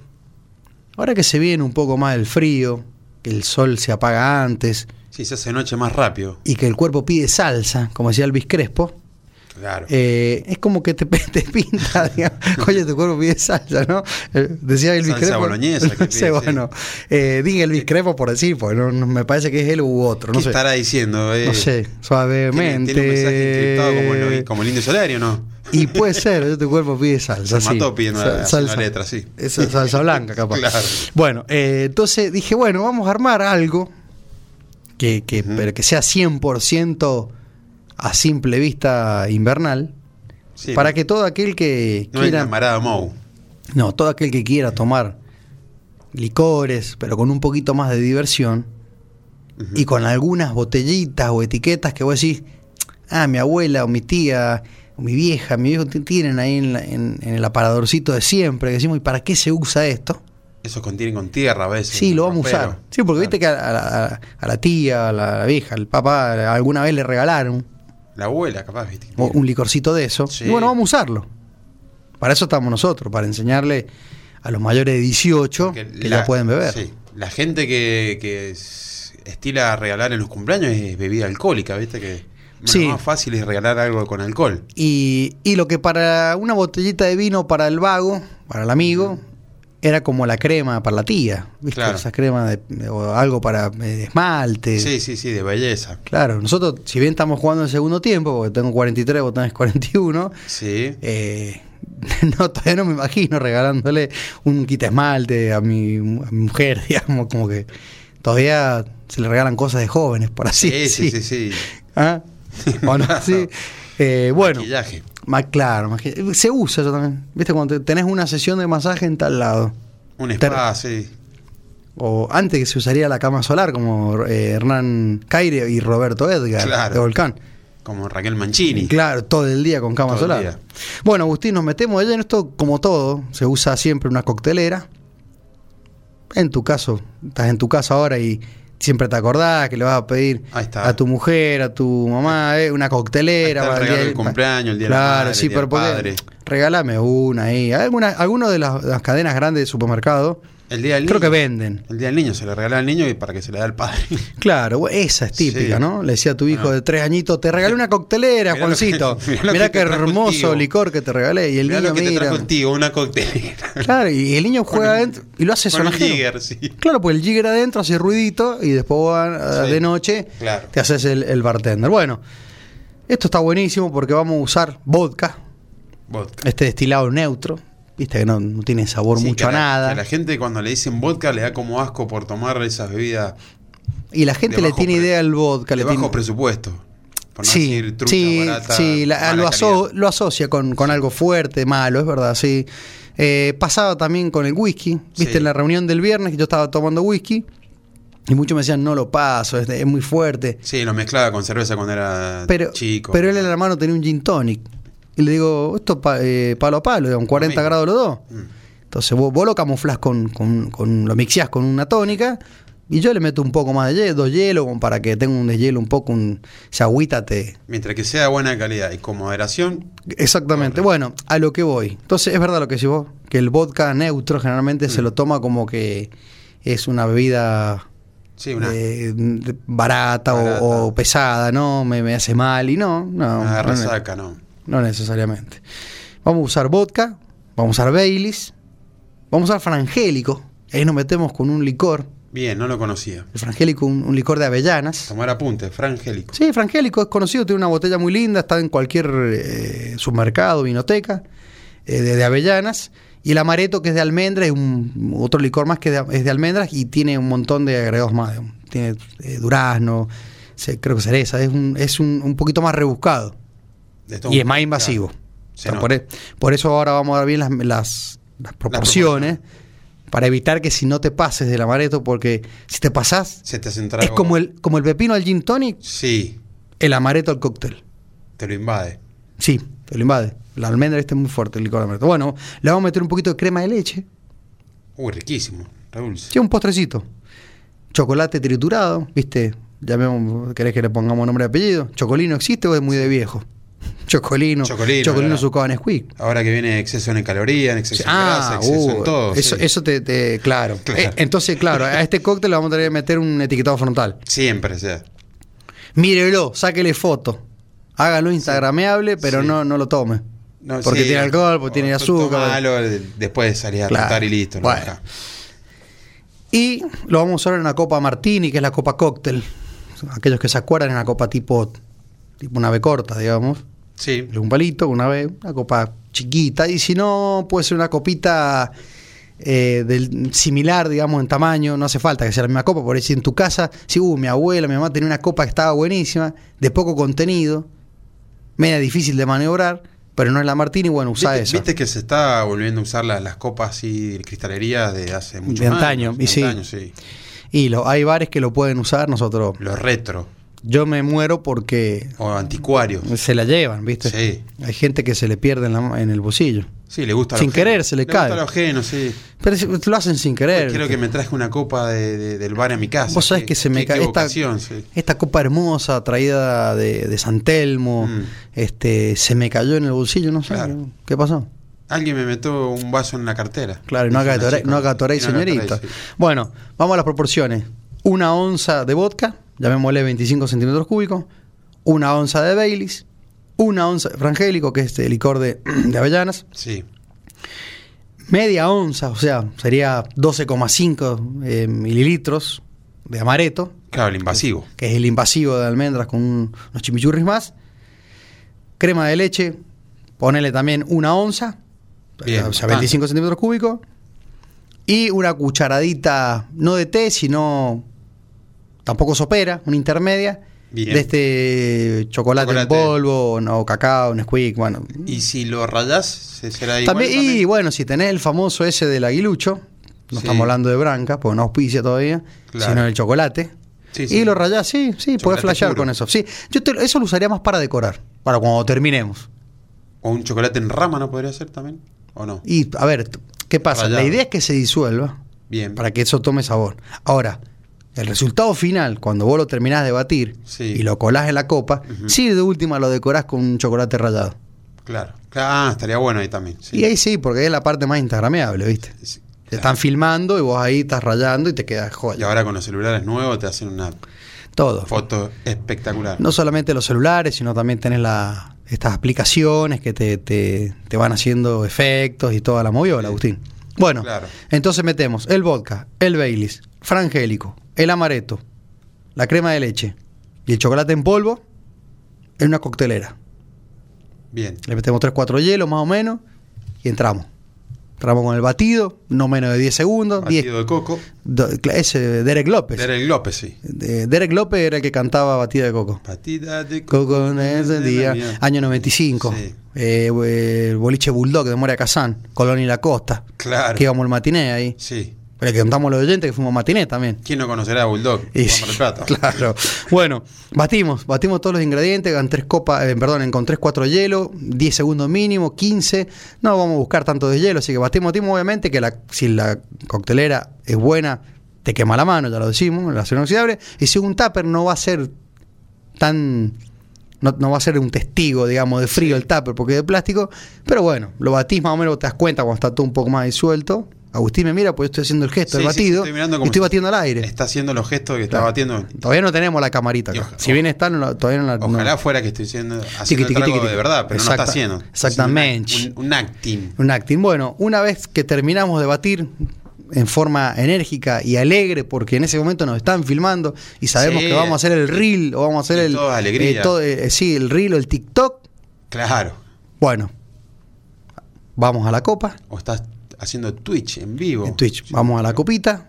ahora que se viene un poco más el frío, que el sol se apaga antes Sí, se hace noche más rápido. y que el cuerpo pide salsa, como decía Elvis Crespo, Claro. eh, es como que te, te pinta, digamos. Oye, tu cuerpo pide salsa, ¿no? Eh, Decía Elvis Salsa Crespo. boloñesa que No pide, sé, sí. bueno. Eh, dije Elvis Crespo por decir, porque no, no- me parece que es él u otro, no ¿Qué sé. estará diciendo? eh? No sé, Tiene, suavemente. tiene un mensaje encriptado como el, como el indio Solari, ¿o no? Y puede ser, yo, tu cuerpo pide salsa. Se sí. mató pidiendo Sa- la- una letra, sí. Esa salsa blanca, capaz. Claro. Bueno, eh, entonces dije, bueno, vamos a armar algo que, que, Ujú. pero que sea 100% a simple vista invernal. Sí, para que todo aquel que No es quiera. camarada Mou. No, todo aquel que quiera tomar licores, pero con un poquito más de diversión y con algunas botellitas o etiquetas que vos decís, ah, mi abuela o mi tía o mi vieja, mi viejo t- tienen ahí en, la- en- en el aparadorcito de siempre, que decimos, ¿y para qué se usa esto? Esos contienen con tierra a veces. Sí, lo vamos a ropero. usar. Sí, porque viste que a, a- a- a la tía, a la, a la vieja, al papá, alguna vez le regalaron La abuela, capaz, viste. o- un licorcito de eso. Sí. Y bueno, vamos a usarlo. Para eso estamos nosotros, para enseñarle a los mayores de 18 que, ya pueden beber. Sí. La gente que, que es- estila regalar en los cumpleaños es bebida alcohólica, viste que lo Sí. más fácil es regalar algo con alcohol. Y, y lo que para una botellita de vino para el vago, para el amigo, era como la crema para la tía. ¿Viste? Claro. Esa crema de, o algo para eh, esmalte. Sí, sí, sí, de belleza. Claro, nosotros, si bien estamos jugando en segundo tiempo, porque tengo 43, vos tenés 41, Sí. eh, no, todavía no me imagino regalándole un quita esmalte a mi, a mi mujer, digamos, como que todavía se le regalan cosas de jóvenes, por así sí, sí, decir. sí, sí. ¿Ah? ¿O no? Sí. Eh, bueno, Maquillaje. más claro, más que- se usa eso también. ¿Viste? Cuando te- tenés una sesión de masaje en tal lado. Un Ter- spa, sí. O antes que se usaría la cama solar, como eh, Hernán Caire y Roberto Edgar Claro. de Volcán. Como Raquel Mancini. Claro, todo el día con cama Todo el solar. día. Bueno, Agustín, nos metemos allá en esto como todo. Se usa siempre una coctelera. En tu caso, estás en tu casa ahora y siempre te acordás que le vas a pedir Ahí está. a tu mujer, a tu mamá, eh, una coctelera. Ahí está para el regalo día del cumpleaños, el día de la claro, madre, sí, el día pero del podés- padre. regálame una ahí. Alguna, alguno de las, las cadenas grandes de supermercado El día del creo niño. que venden. El día del niño se le regala al niño y para que se le da al padre. Claro, bueno, esa es típica, Sí. ¿no? Le decía a tu hijo Bueno. de tres añitos, te regalé una coctelera, Mirá lo que- Juancito. mirá mirá lo que qué te trajo el hermoso tío". licor que te regalé. Y el Mirá niño lo que te mira. trajo contigo, una coctelera. Claro, y el niño juega el- adentro y lo hace Con un sonajero. jigger, sí. Claro, pues el jigger adentro hace ruidito y después vos, ah, Sí, de noche claro. te haces el, el bartender. Bueno, esto está buenísimo porque vamos a usar vodka, Vodka. este destilado neutro. Viste que no, no tiene sabor Sí, que mucho a la- nada. que la gente cuando le dicen vodka le da como asco por tomar esas bebidas y la gente de le bajo tiene pre- idea al vodka. de Le bajo tiene, presupuesto. Por no sí, decir trucha sí, barata, sí, la- mala lo, aso- calidad. lo asocia con, con algo fuerte, malo, es verdad, sí. Eh, pasaba también con el whisky, viste, Sí. en la reunión del viernes que yo estaba tomando whisky y muchos me decían, no lo paso, es, es muy fuerte. Sí, lo mezclaba con cerveza cuando era Pero, chico. pero él, el hermano, tenía un gin tonic. Y le digo, esto pa- eh, palo a palo, digamos, 40 mismo. grados los dos. Mm. Entonces vos, vos lo camuflás con, con- con- lo mixeás con una tónica y yo le meto un poco más de hielo, dos hielos, como para que tenga un deshielo un poco, un, se agüita, te- Mientras que sea de buena calidad y con moderación, Exactamente. Bueno, a lo que voy. Entonces, es verdad lo que decís vos, que el vodka neutro generalmente Mm. se lo toma como que es una bebida sí, una, eh, de- barata, o- Barata. O, pesada, ¿no? Me, me hace mal y no, no. una no, ne- Ah, resaca, ¿no? no necesariamente. Vamos a usar vodka, vamos a usar Baileys, vamos a usar frangélico. Ahí nos metemos con un licor. Bien, no lo conocía. El frangélico, un, un licor de avellanas. Tomar apunte, frangélico. Sí, Frangélico es conocido, tiene una botella muy linda, está en cualquier eh, supermercado, vinoteca, eh, de, de avellanas. Y el amareto, que es de almendras, es un, otro licor más que de- es de almendras y tiene un montón de agregados más. digamos. Tiene eh, durazno, se- creo que cereza, es un, es un, un poquito más rebuscado De todo y un- es más invasivo. Claro. O Se sea, nota. por, e- por eso ahora vamos a dar bien las, las- las proporciones. Para evitar que si no te pases del amareto, porque si te pasás, Se te hace un trago- es como el, como el pepino al gin tonic, Sí, el amareto al cóctel. te lo invade. Sí, te lo invade. La almendra este es muy fuerte, el licor de almendra. Bueno, le vamos a meter un poquito de crema de leche. Uy, riquísimo, re dulce. Sí, un postrecito. Chocolate triturado, ¿viste? Llamemos, ¿querés que le pongamos nombre y apellido? ¿Chocolino existe o es muy de viejo? Chocolino. Chocolino, Chocolino, claro. sucado en Nesquik. Ahora que viene exceso en caloría, en exceso en grasa, exceso uh, en todo. Eso, sí. eso te, te- claro. Claro. Eh, entonces, claro, a este cóctel le vamos a tener que meter un etiquetado frontal. Siempre, o sea. Mírelo, sáquele foto. Hágalo instagrameable, pero Sí. no, no lo tome. No, porque sí, tiene alcohol, porque o tiene to- azúcar. tomalo, de- después salís a Claro. cantar y listo. ¿no? Bueno. Ajá. Y lo vamos a usar en una copa martini, que es la copa cóctel. Aquellos que se acuerdan, en una copa tipo, tipo una B corta, digamos. Sí, un palito, una vez, una copa chiquita, y si no, puede ser una copita eh, del, similar, digamos, en tamaño, no hace falta que sea la misma copa, por si en tu casa, si uh, mi abuela, mi mamá tenía una copa que estaba buenísima, de poco contenido, media difícil de maniobrar, pero no es la Martini, bueno, usa ¿Viste, eso. viste que se está volviendo a usar la- las copas y cristalerías de hace mucho de antaño, años, y sí. antaño, sí. Y lo, hay bares que lo pueden usar, nosotros. Los retro Yo me muero porque o anticuarios. se la llevan, ¿viste? Sí. Hay gente que se le pierde en, la- en el bolsillo. Sí, le gusta. lo Sin ajeno. querer, se le cae. gusta lo ajeno, sí. Pero si- lo hacen sin querer. Pues Quiero ¿viste? que me traje una copa de- de- del bar a mi casa. Vos sabés Qué- que se me qué cae esta, equivocación, sí. esta copa hermosa traída de, de San Telmo, Mm. este, se me cayó en el bolsillo, no sé. Claro. ¿Qué pasó? Alguien me metió un vaso en la cartera. Claro, y no Dice una agatoré, chica. no agatoré, Y no agatoré, señorita. sí. Bueno, vamos a las proporciones. Una onza de vodka, llamémosle 25 centímetros cúbicos. Una onza de Baileys. Una onza de frangélico, que es este licor de, de avellanas. Sí. Media onza, o sea, sería 12,5 eh, mililitros de amaretto. Claro, el invasivo. que es el invasivo de almendras con un- unos chimichurris más. Crema de leche, ponele también una onza, eh, Bien, ah. o sea, bastante. 25 centímetros cúbicos. Y una cucharadita, no de té, sino tampoco sopera, una intermedia, Bien. de este chocolate, en Chocolate. polvo, no, cacao, Nesquik, bueno. Y si lo rayás, se- será igual. También, y bueno, si tenés el famoso ese del aguilucho, no Sí. estamos hablando de branca, porque no auspicia todavía, Claro. sino del chocolate. Sí, Y sí. lo rayás, sí, sí, podés Chocolate flashear puro. con eso. Sí, yo te- eso lo usaría más para decorar, para cuando terminemos. O un chocolate en rama, ¿no podría ser también? ¿O no? Y a ver, t- ¿qué pasa? Rallado. La idea es que se disuelva Bien. para que eso tome sabor. Ahora, el resultado final, cuando vos lo terminás de batir Sí. y lo colás en la copa, Ujú. sí, de última lo decorás con un chocolate rallado. Claro. Claro, Ah, estaría bueno ahí también. Sí. Y ahí sí, porque es la parte más instagrameable, ¿viste? Sí, Te claro. están filmando y vos ahí estás rayando y te quedas Y joya. ahora con los celulares nuevos te hacen una Todo. foto espectacular. No solamente los celulares, sino también tenés la, estas aplicaciones que te, te- te van haciendo efectos y toda la moviola, Agustín. Bueno, Claro. entonces metemos el vodka, el Baileys, frangélico, el amaretto, la crema de leche y el chocolate en polvo en una coctelera. Bien. Le metemos 3, 4 hielos más o menos y entramos. Entramos con el batido, no menos de 10 segundos. 10, Batido de coco. do- ese Derek López. Derek López, sí. Eh, Derek López era el que cantaba Batida de Coco. Batida de Coco en ese día, Mira. año 95. Sí. Eh, el boliche Bulldog de Moria Kazán, Colón y la Costa. Claro. Que íbamos al matiné ahí. Sí. Le contamos a los oyentes que fuimos matiné también. ¿Quién no conocerá a Bulldog? Y Juan sí, Mar del Plata. claro. Bueno, batimos, batimos todos los ingredientes, en tres copas, eh, perdón, con 3, 4 hielo, 10 segundos mínimo, 15. No vamos a buscar tanto de hielo, así que batimos, batimos, obviamente que la, si la coctelera es buena, te quema la mano, ya lo decimos, la acero inoxidable. Y si un tupper no va a ser tan. No, no va a ser un testigo, digamos, de frío el tupper, porque es de plástico. Pero bueno, lo batís más o menos, te das cuenta cuando está todo un poco más disuelto. Agustín me mira, pues yo estoy haciendo el gesto, Sí, el sí, batido. estoy mirando y como estoy si- batiendo al aire. Está haciendo los gestos que está Claro. batiendo. Todavía no tenemos la camarita acá. Y oja- si bien está, no la- todavía no la Ojalá no. fuera que estoy siendo, haciendo Tiqui, el tiqui, trago tiqui, de tiqui. verdad, pero no Exacta- está haciendo. exactamente. Haciendo Un, un acting. Un acting. Bueno, una vez que terminamos de batir en forma enérgica y alegre, porque en ese momento nos están filmando y sabemos Sí. que vamos a hacer el reel o vamos a hacer Y el. todo es alegría. eh, todo, eh, sí, el reel o el TikTok. Claro. Bueno, vamos a la copa. O estás haciendo Twitch en vivo. En Twitch. Vamos a la copita,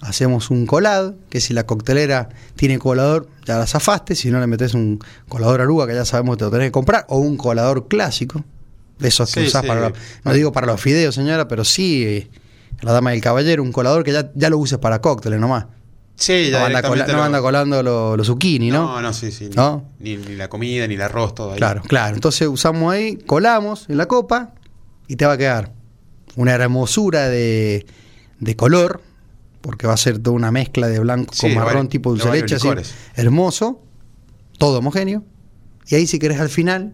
hacemos un colado, que si la coctelera tiene colador, ya la zafaste, si no le metes un colador aruga, que ya sabemos que te lo tenés que comprar, o un colador clásico, de esos que Sí, usás sí. para, los- no digo para los fideos, señora, pero sí, eh, la dama del caballero, un colador que ya, ya lo uses para cócteles nomás. Sí, ya No anda, cola- directamente no lo- anda colando los los zucchini, ¿no? No, no, sí, sí. ni- ¿No? Ni, ni la comida, ni el arroz, todo ahí. Claro, claro. Entonces usamos ahí, colamos en la copa y te va a quedar una hermosura de, de color, porque va a ser toda una mezcla de blanco Sí, con de marrón varios- tipo de dulce varios leche, así, licores. hermoso, todo homogéneo. Y ahí si querés al final,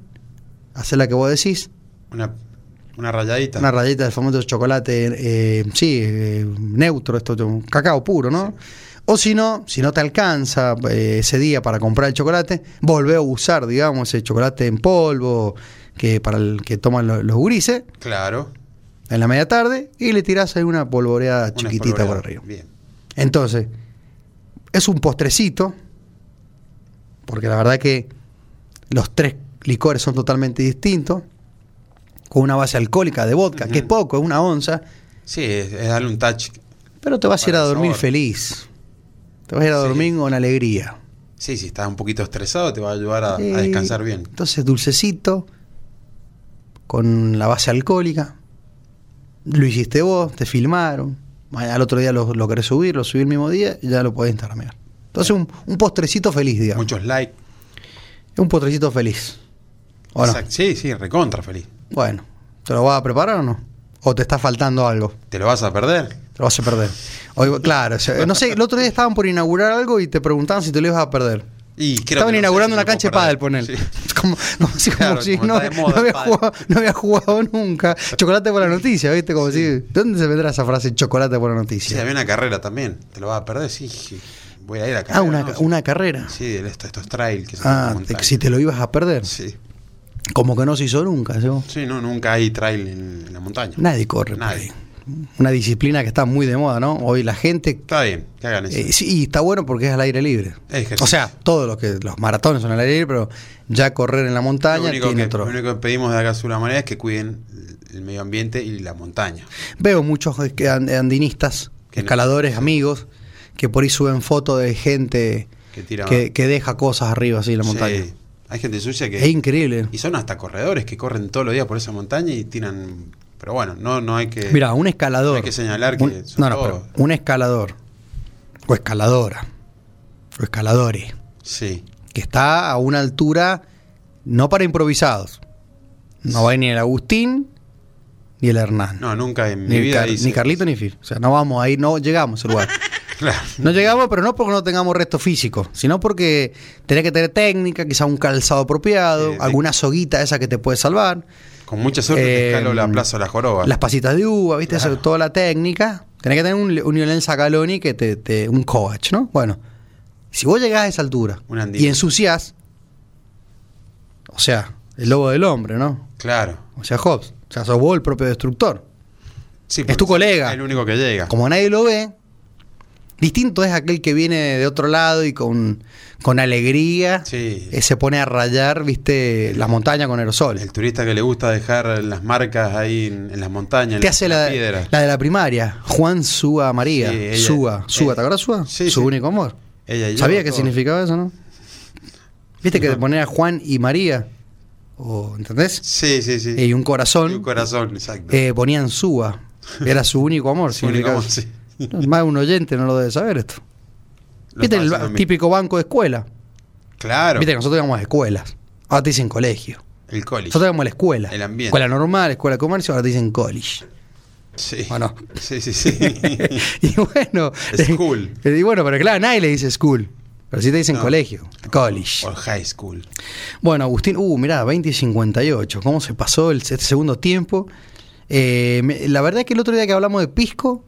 hacer la que vos decís, Una, una rayadita. una rayita del famoso chocolate, eh, sí, eh, neutro, esto, esto, cacao puro, ¿no? O si no, si no te alcanza eh, ese día para comprar el chocolate, volvé a usar, digamos, el chocolate en polvo que para el que toman lo- los gurises Claro. en la media tarde y le tirás ahí una polvoreada una chiquitita por espolvoreada. arriba. Bien. Entonces, es un postrecito, porque la verdad que los tres licores son totalmente distintos, con una base alcohólica de vodka, que es Ujú. poco, es una onza, Sí, es, es darle un touch. pero te vas a ir Para a el dormir sabor. feliz. Te vas a ir a Sí. dormir con alegría. Sí, si estás un poquito estresado, te va a ayudar a, a Eh, descansar bien. Entonces, dulcecito, con la base alcohólica. Lo hiciste vos, te filmaron. Al otro día lo, lo querés subir, lo subí el mismo día y ya lo podés instagramear. Entonces, un, un postrecito feliz, digamos. Muchos likes. Un postrecito feliz. ¿O no? Exact- Sí, sí, recontra feliz. Bueno, ¿te lo vas a preparar o no? ¿O te está faltando algo? Te lo vas a perder. Te lo vas a perder. Hoy- claro, o sea, no sé, el otro día estaban por inaugurar algo y te preguntaban si te lo ibas a perder. Y creo Estaban que no sé inaugurando si una lo puedo cancha de perder. pádel, ponele. Sí. Como, como si, como Claro, si como no, está de moda no había el pádel. jugado, no había jugado nunca. Chocolate por la noticia, ¿viste? Como si, ¿de dónde se vendrá esa frase chocolate por la Sí, noticia? había una carrera también. Te lo vas a perder, sí. sí. Voy a ir a la ah, carrera. una, ¿no? una carrera. Sí, de estos, estos trail que se ah, hacen en te- la si te lo ibas a perder. montaña. Sí. Como que no se hizo nunca, ¿sí? Sí, no, nunca hay trail en, en la montaña. Nadie corre. por Nadie. ahí. Una disciplina que está muy de moda, ¿no? Hoy la gente Está bien, que hagan eso. Eh, sí, y está bueno porque es al aire libre. Es ejercicio. O sea, todos los que los maratones son al aire libre, pero ya correr en la lo, montaña único tiene que, otro. lo único que pedimos de acá a la manera es que cuiden el medio ambiente y la montaña. Veo muchos que an- andinistas, Que no- escaladores, amigos, que por ahí suben fotos de gente Que tiran. que, que deja cosas arriba así en la Sí. montaña. Hay gente sucia que. Es increíble. Y son hasta corredores que corren todos los días por esa montaña y tiran. Pero bueno, no, no hay que. Mira, un escalador. hay que señalar que un- son no, no, todos- pero un escalador o escaladora o escaladores Sí. que está a una altura no para improvisados. No va ni el Agustín ni el Hernán. No, nunca en mi ni, vida Car- hice- ni Carlito ni Phil. O sea, no vamos ahí, no llegamos al lugar. Claro. No llegamos, pero no porque no tengamos resto físico, sino porque tenés que tener técnica, quizá un calzado apropiado, Sí, sí. alguna soguita esa que te puede salvar, Con mucha suerte te Eh, escalo la plaza de la joroba. las pasitas de uva, ¿viste? Eso, Claro. toda la técnica. Tenés que tener un, un Lionel Scaloni que te, te- un coach, ¿no? Bueno, si vos llegás a esa altura Un andino. y ensuciás, o sea, el lobo del hombre, ¿no? Claro. O sea, Hobbes, o sea, sos vos el propio destructor. Sí, Es porque tu colega. Es el único que llega. como nadie lo ve, distinto es aquel que viene de otro lado y con, con alegría Sí. eh, se pone a rayar, viste, las montañas con aerosoles. El turista que le gusta dejar las marcas ahí en, en las montañas, en Te las- hace en las la, piedras. la de la primaria, Juan Súa María. Sí, ella- Súa, Súa, ella- ¿te acuerdas Súa? Sí, Su sí. único amor. Ella y yo, ¿Sabías qué todo. significaba eso, no? Viste que No. te ponía Juan y María, o, ¿entendés? Sí, sí, sí. Y un corazón, Y un corazón, exacto. eh, ponían Súa. Era su único amor. Su único significaba amor, eso. sí. No, Más un oyente no lo debe saber esto. Lo ¿Viste estaba el ba- haciendo mi- típico banco de escuela? Claro, Viste que nosotros íbamos a escuelas. Ahora te dicen colegio. el college. Nosotros íbamos a la escuela. El ambiente. Escuela normal, escuela de comercio, ahora te dicen college. Sí. ¿O no? sí, sí, sí. y bueno. eh, School. Y bueno, pero claro, nadie le dice school. Pero sí te dicen No. colegio. College. O high school. Bueno, Agustín, uh, mirá, 20 y 58. ¿Cómo se pasó el se- segundo tiempo? Eh, me- la verdad es que el otro día que hablamos de Pisco,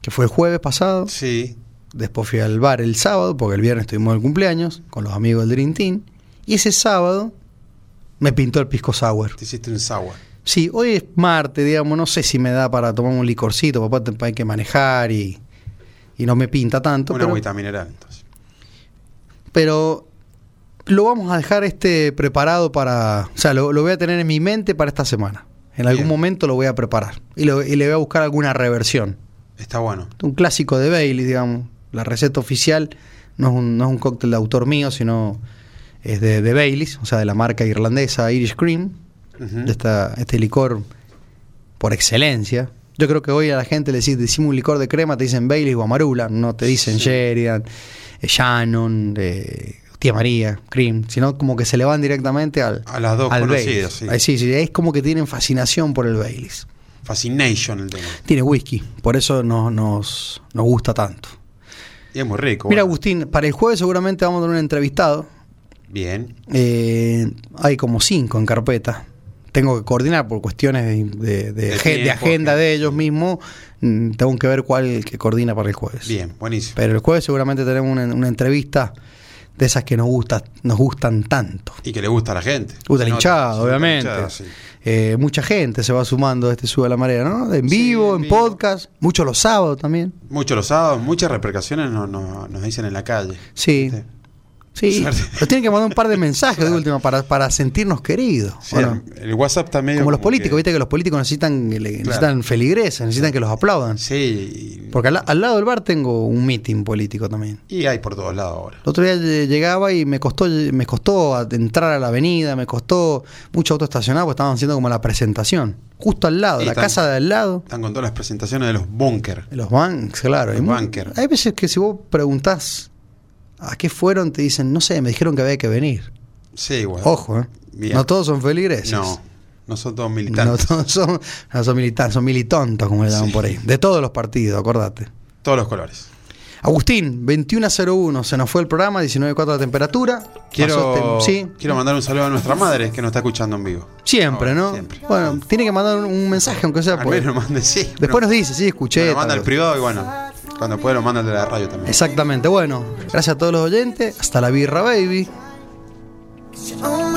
que fue el jueves pasado, Sí. Después fui al bar el sábado, porque el viernes tuvimos el cumpleaños con los amigos del Dream Team. Y ese sábado me pintó el pisco sour. Te hiciste un sour. Sí, hoy es martes, digamos, no sé si me da para tomar un licorcito, papá, te- hay que manejar y, y no me pinta tanto. Una Pero, agüita mineral, entonces. pero lo vamos a dejar este preparado para. O sea, lo, lo voy a tener en mi mente para esta semana. En algún Bien. momento lo voy a preparar y, lo- y le voy a buscar alguna reversión. Está bueno. un clásico de Bailey, digamos. La receta oficial no es un, no es un cóctel de autor mío, sino es de, de Baileys, o sea, de la marca irlandesa Irish Cream, Ujú. de esta, este licor por excelencia. Yo creo que hoy a la gente le decís, decimos un licor de crema, te dicen Bailey o Amarula, no te dicen Sheridan, eh, Shannon, eh, Tía María, Cream, sino como que se le van directamente al, A las dos al conocidas, sí. Baileys. Eh, sí, sí, es como que tienen fascinación por el Baileys. Fascination el tema. Tiene whisky, por eso no- nos, nos gusta tanto. Y es muy rico. Mira, bueno. Agustín, para el jueves seguramente vamos a tener un entrevistado. Bien. Eh, hay como cinco en carpeta. Tengo que coordinar por cuestiones de, de- de De agen- de tiempo, agenda agenda. de ellos mismos. Mm, Tengo que ver cuál que coordina para el jueves. Bien, buenísimo. Pero el jueves seguramente tenemos una, una entrevista de esas que nos, gusta, nos gustan tanto. Y que le gusta a la gente. Puta, Se la nota, hinchada, se nota la obviamente. hinchada, sí. Eh, mucha gente se va sumando a este Sube a la Marea, ¿no? En Sí, vivo, en, en vivo. podcast, muchos los sábados también. Muchos los sábados, muchas repercasiones no- no- nos dicen en la calle. Sí. ¿viste? Sí, nos tienen que mandar un par de mensajes de última para, para sentirnos queridos. ¿o Sí, no? El WhatsApp está medio. Como los como políticos, que- viste que los políticos necesitan, le- necesitan feligreses, necesitan que los aplaudan. Sí, Porque al, al lado del bar tengo un mitin político también. y, y hay por todos lados ahora. El otro día lle- llegaba y me costó, me costó entrar a la avenida, me costó mucho auto estacionado, porque estaban haciendo como la presentación. Justo al lado, Y la tan- casa de al lado. Están con todas las presentaciones de los bunkers. Los banks, claro. Hay Los mu- banker. Hay veces que si vos preguntás a qué fueron, te dicen, no sé, me dijeron que había que venir. Sí, bueno. Ojo, ¿eh? Bien. No todos son feligreses. No, no son todos No militantes. todos son, no son militantes, son militontos, como le llaman Sí. por ahí. De todos los partidos, acordate. Todos los colores. Agustín, 21.01, se nos fue el programa, 19.4 la temperatura. Pasó Quiero, este- sí, quiero mandar un saludo a nuestra madre que nos está escuchando en vivo. siempre, Ahora, ¿no? siempre. Bueno, tiene que mandar un, un mensaje, aunque sea Al por- menos nos mande, sí. Después nos nos- dice, sí, escuché. nos lo manda tal al cosa. privado y bueno, cuando pueda lo manda al de la radio también. Exactamente, bueno, gracias a todos los oyentes, hasta la birra, baby. Oh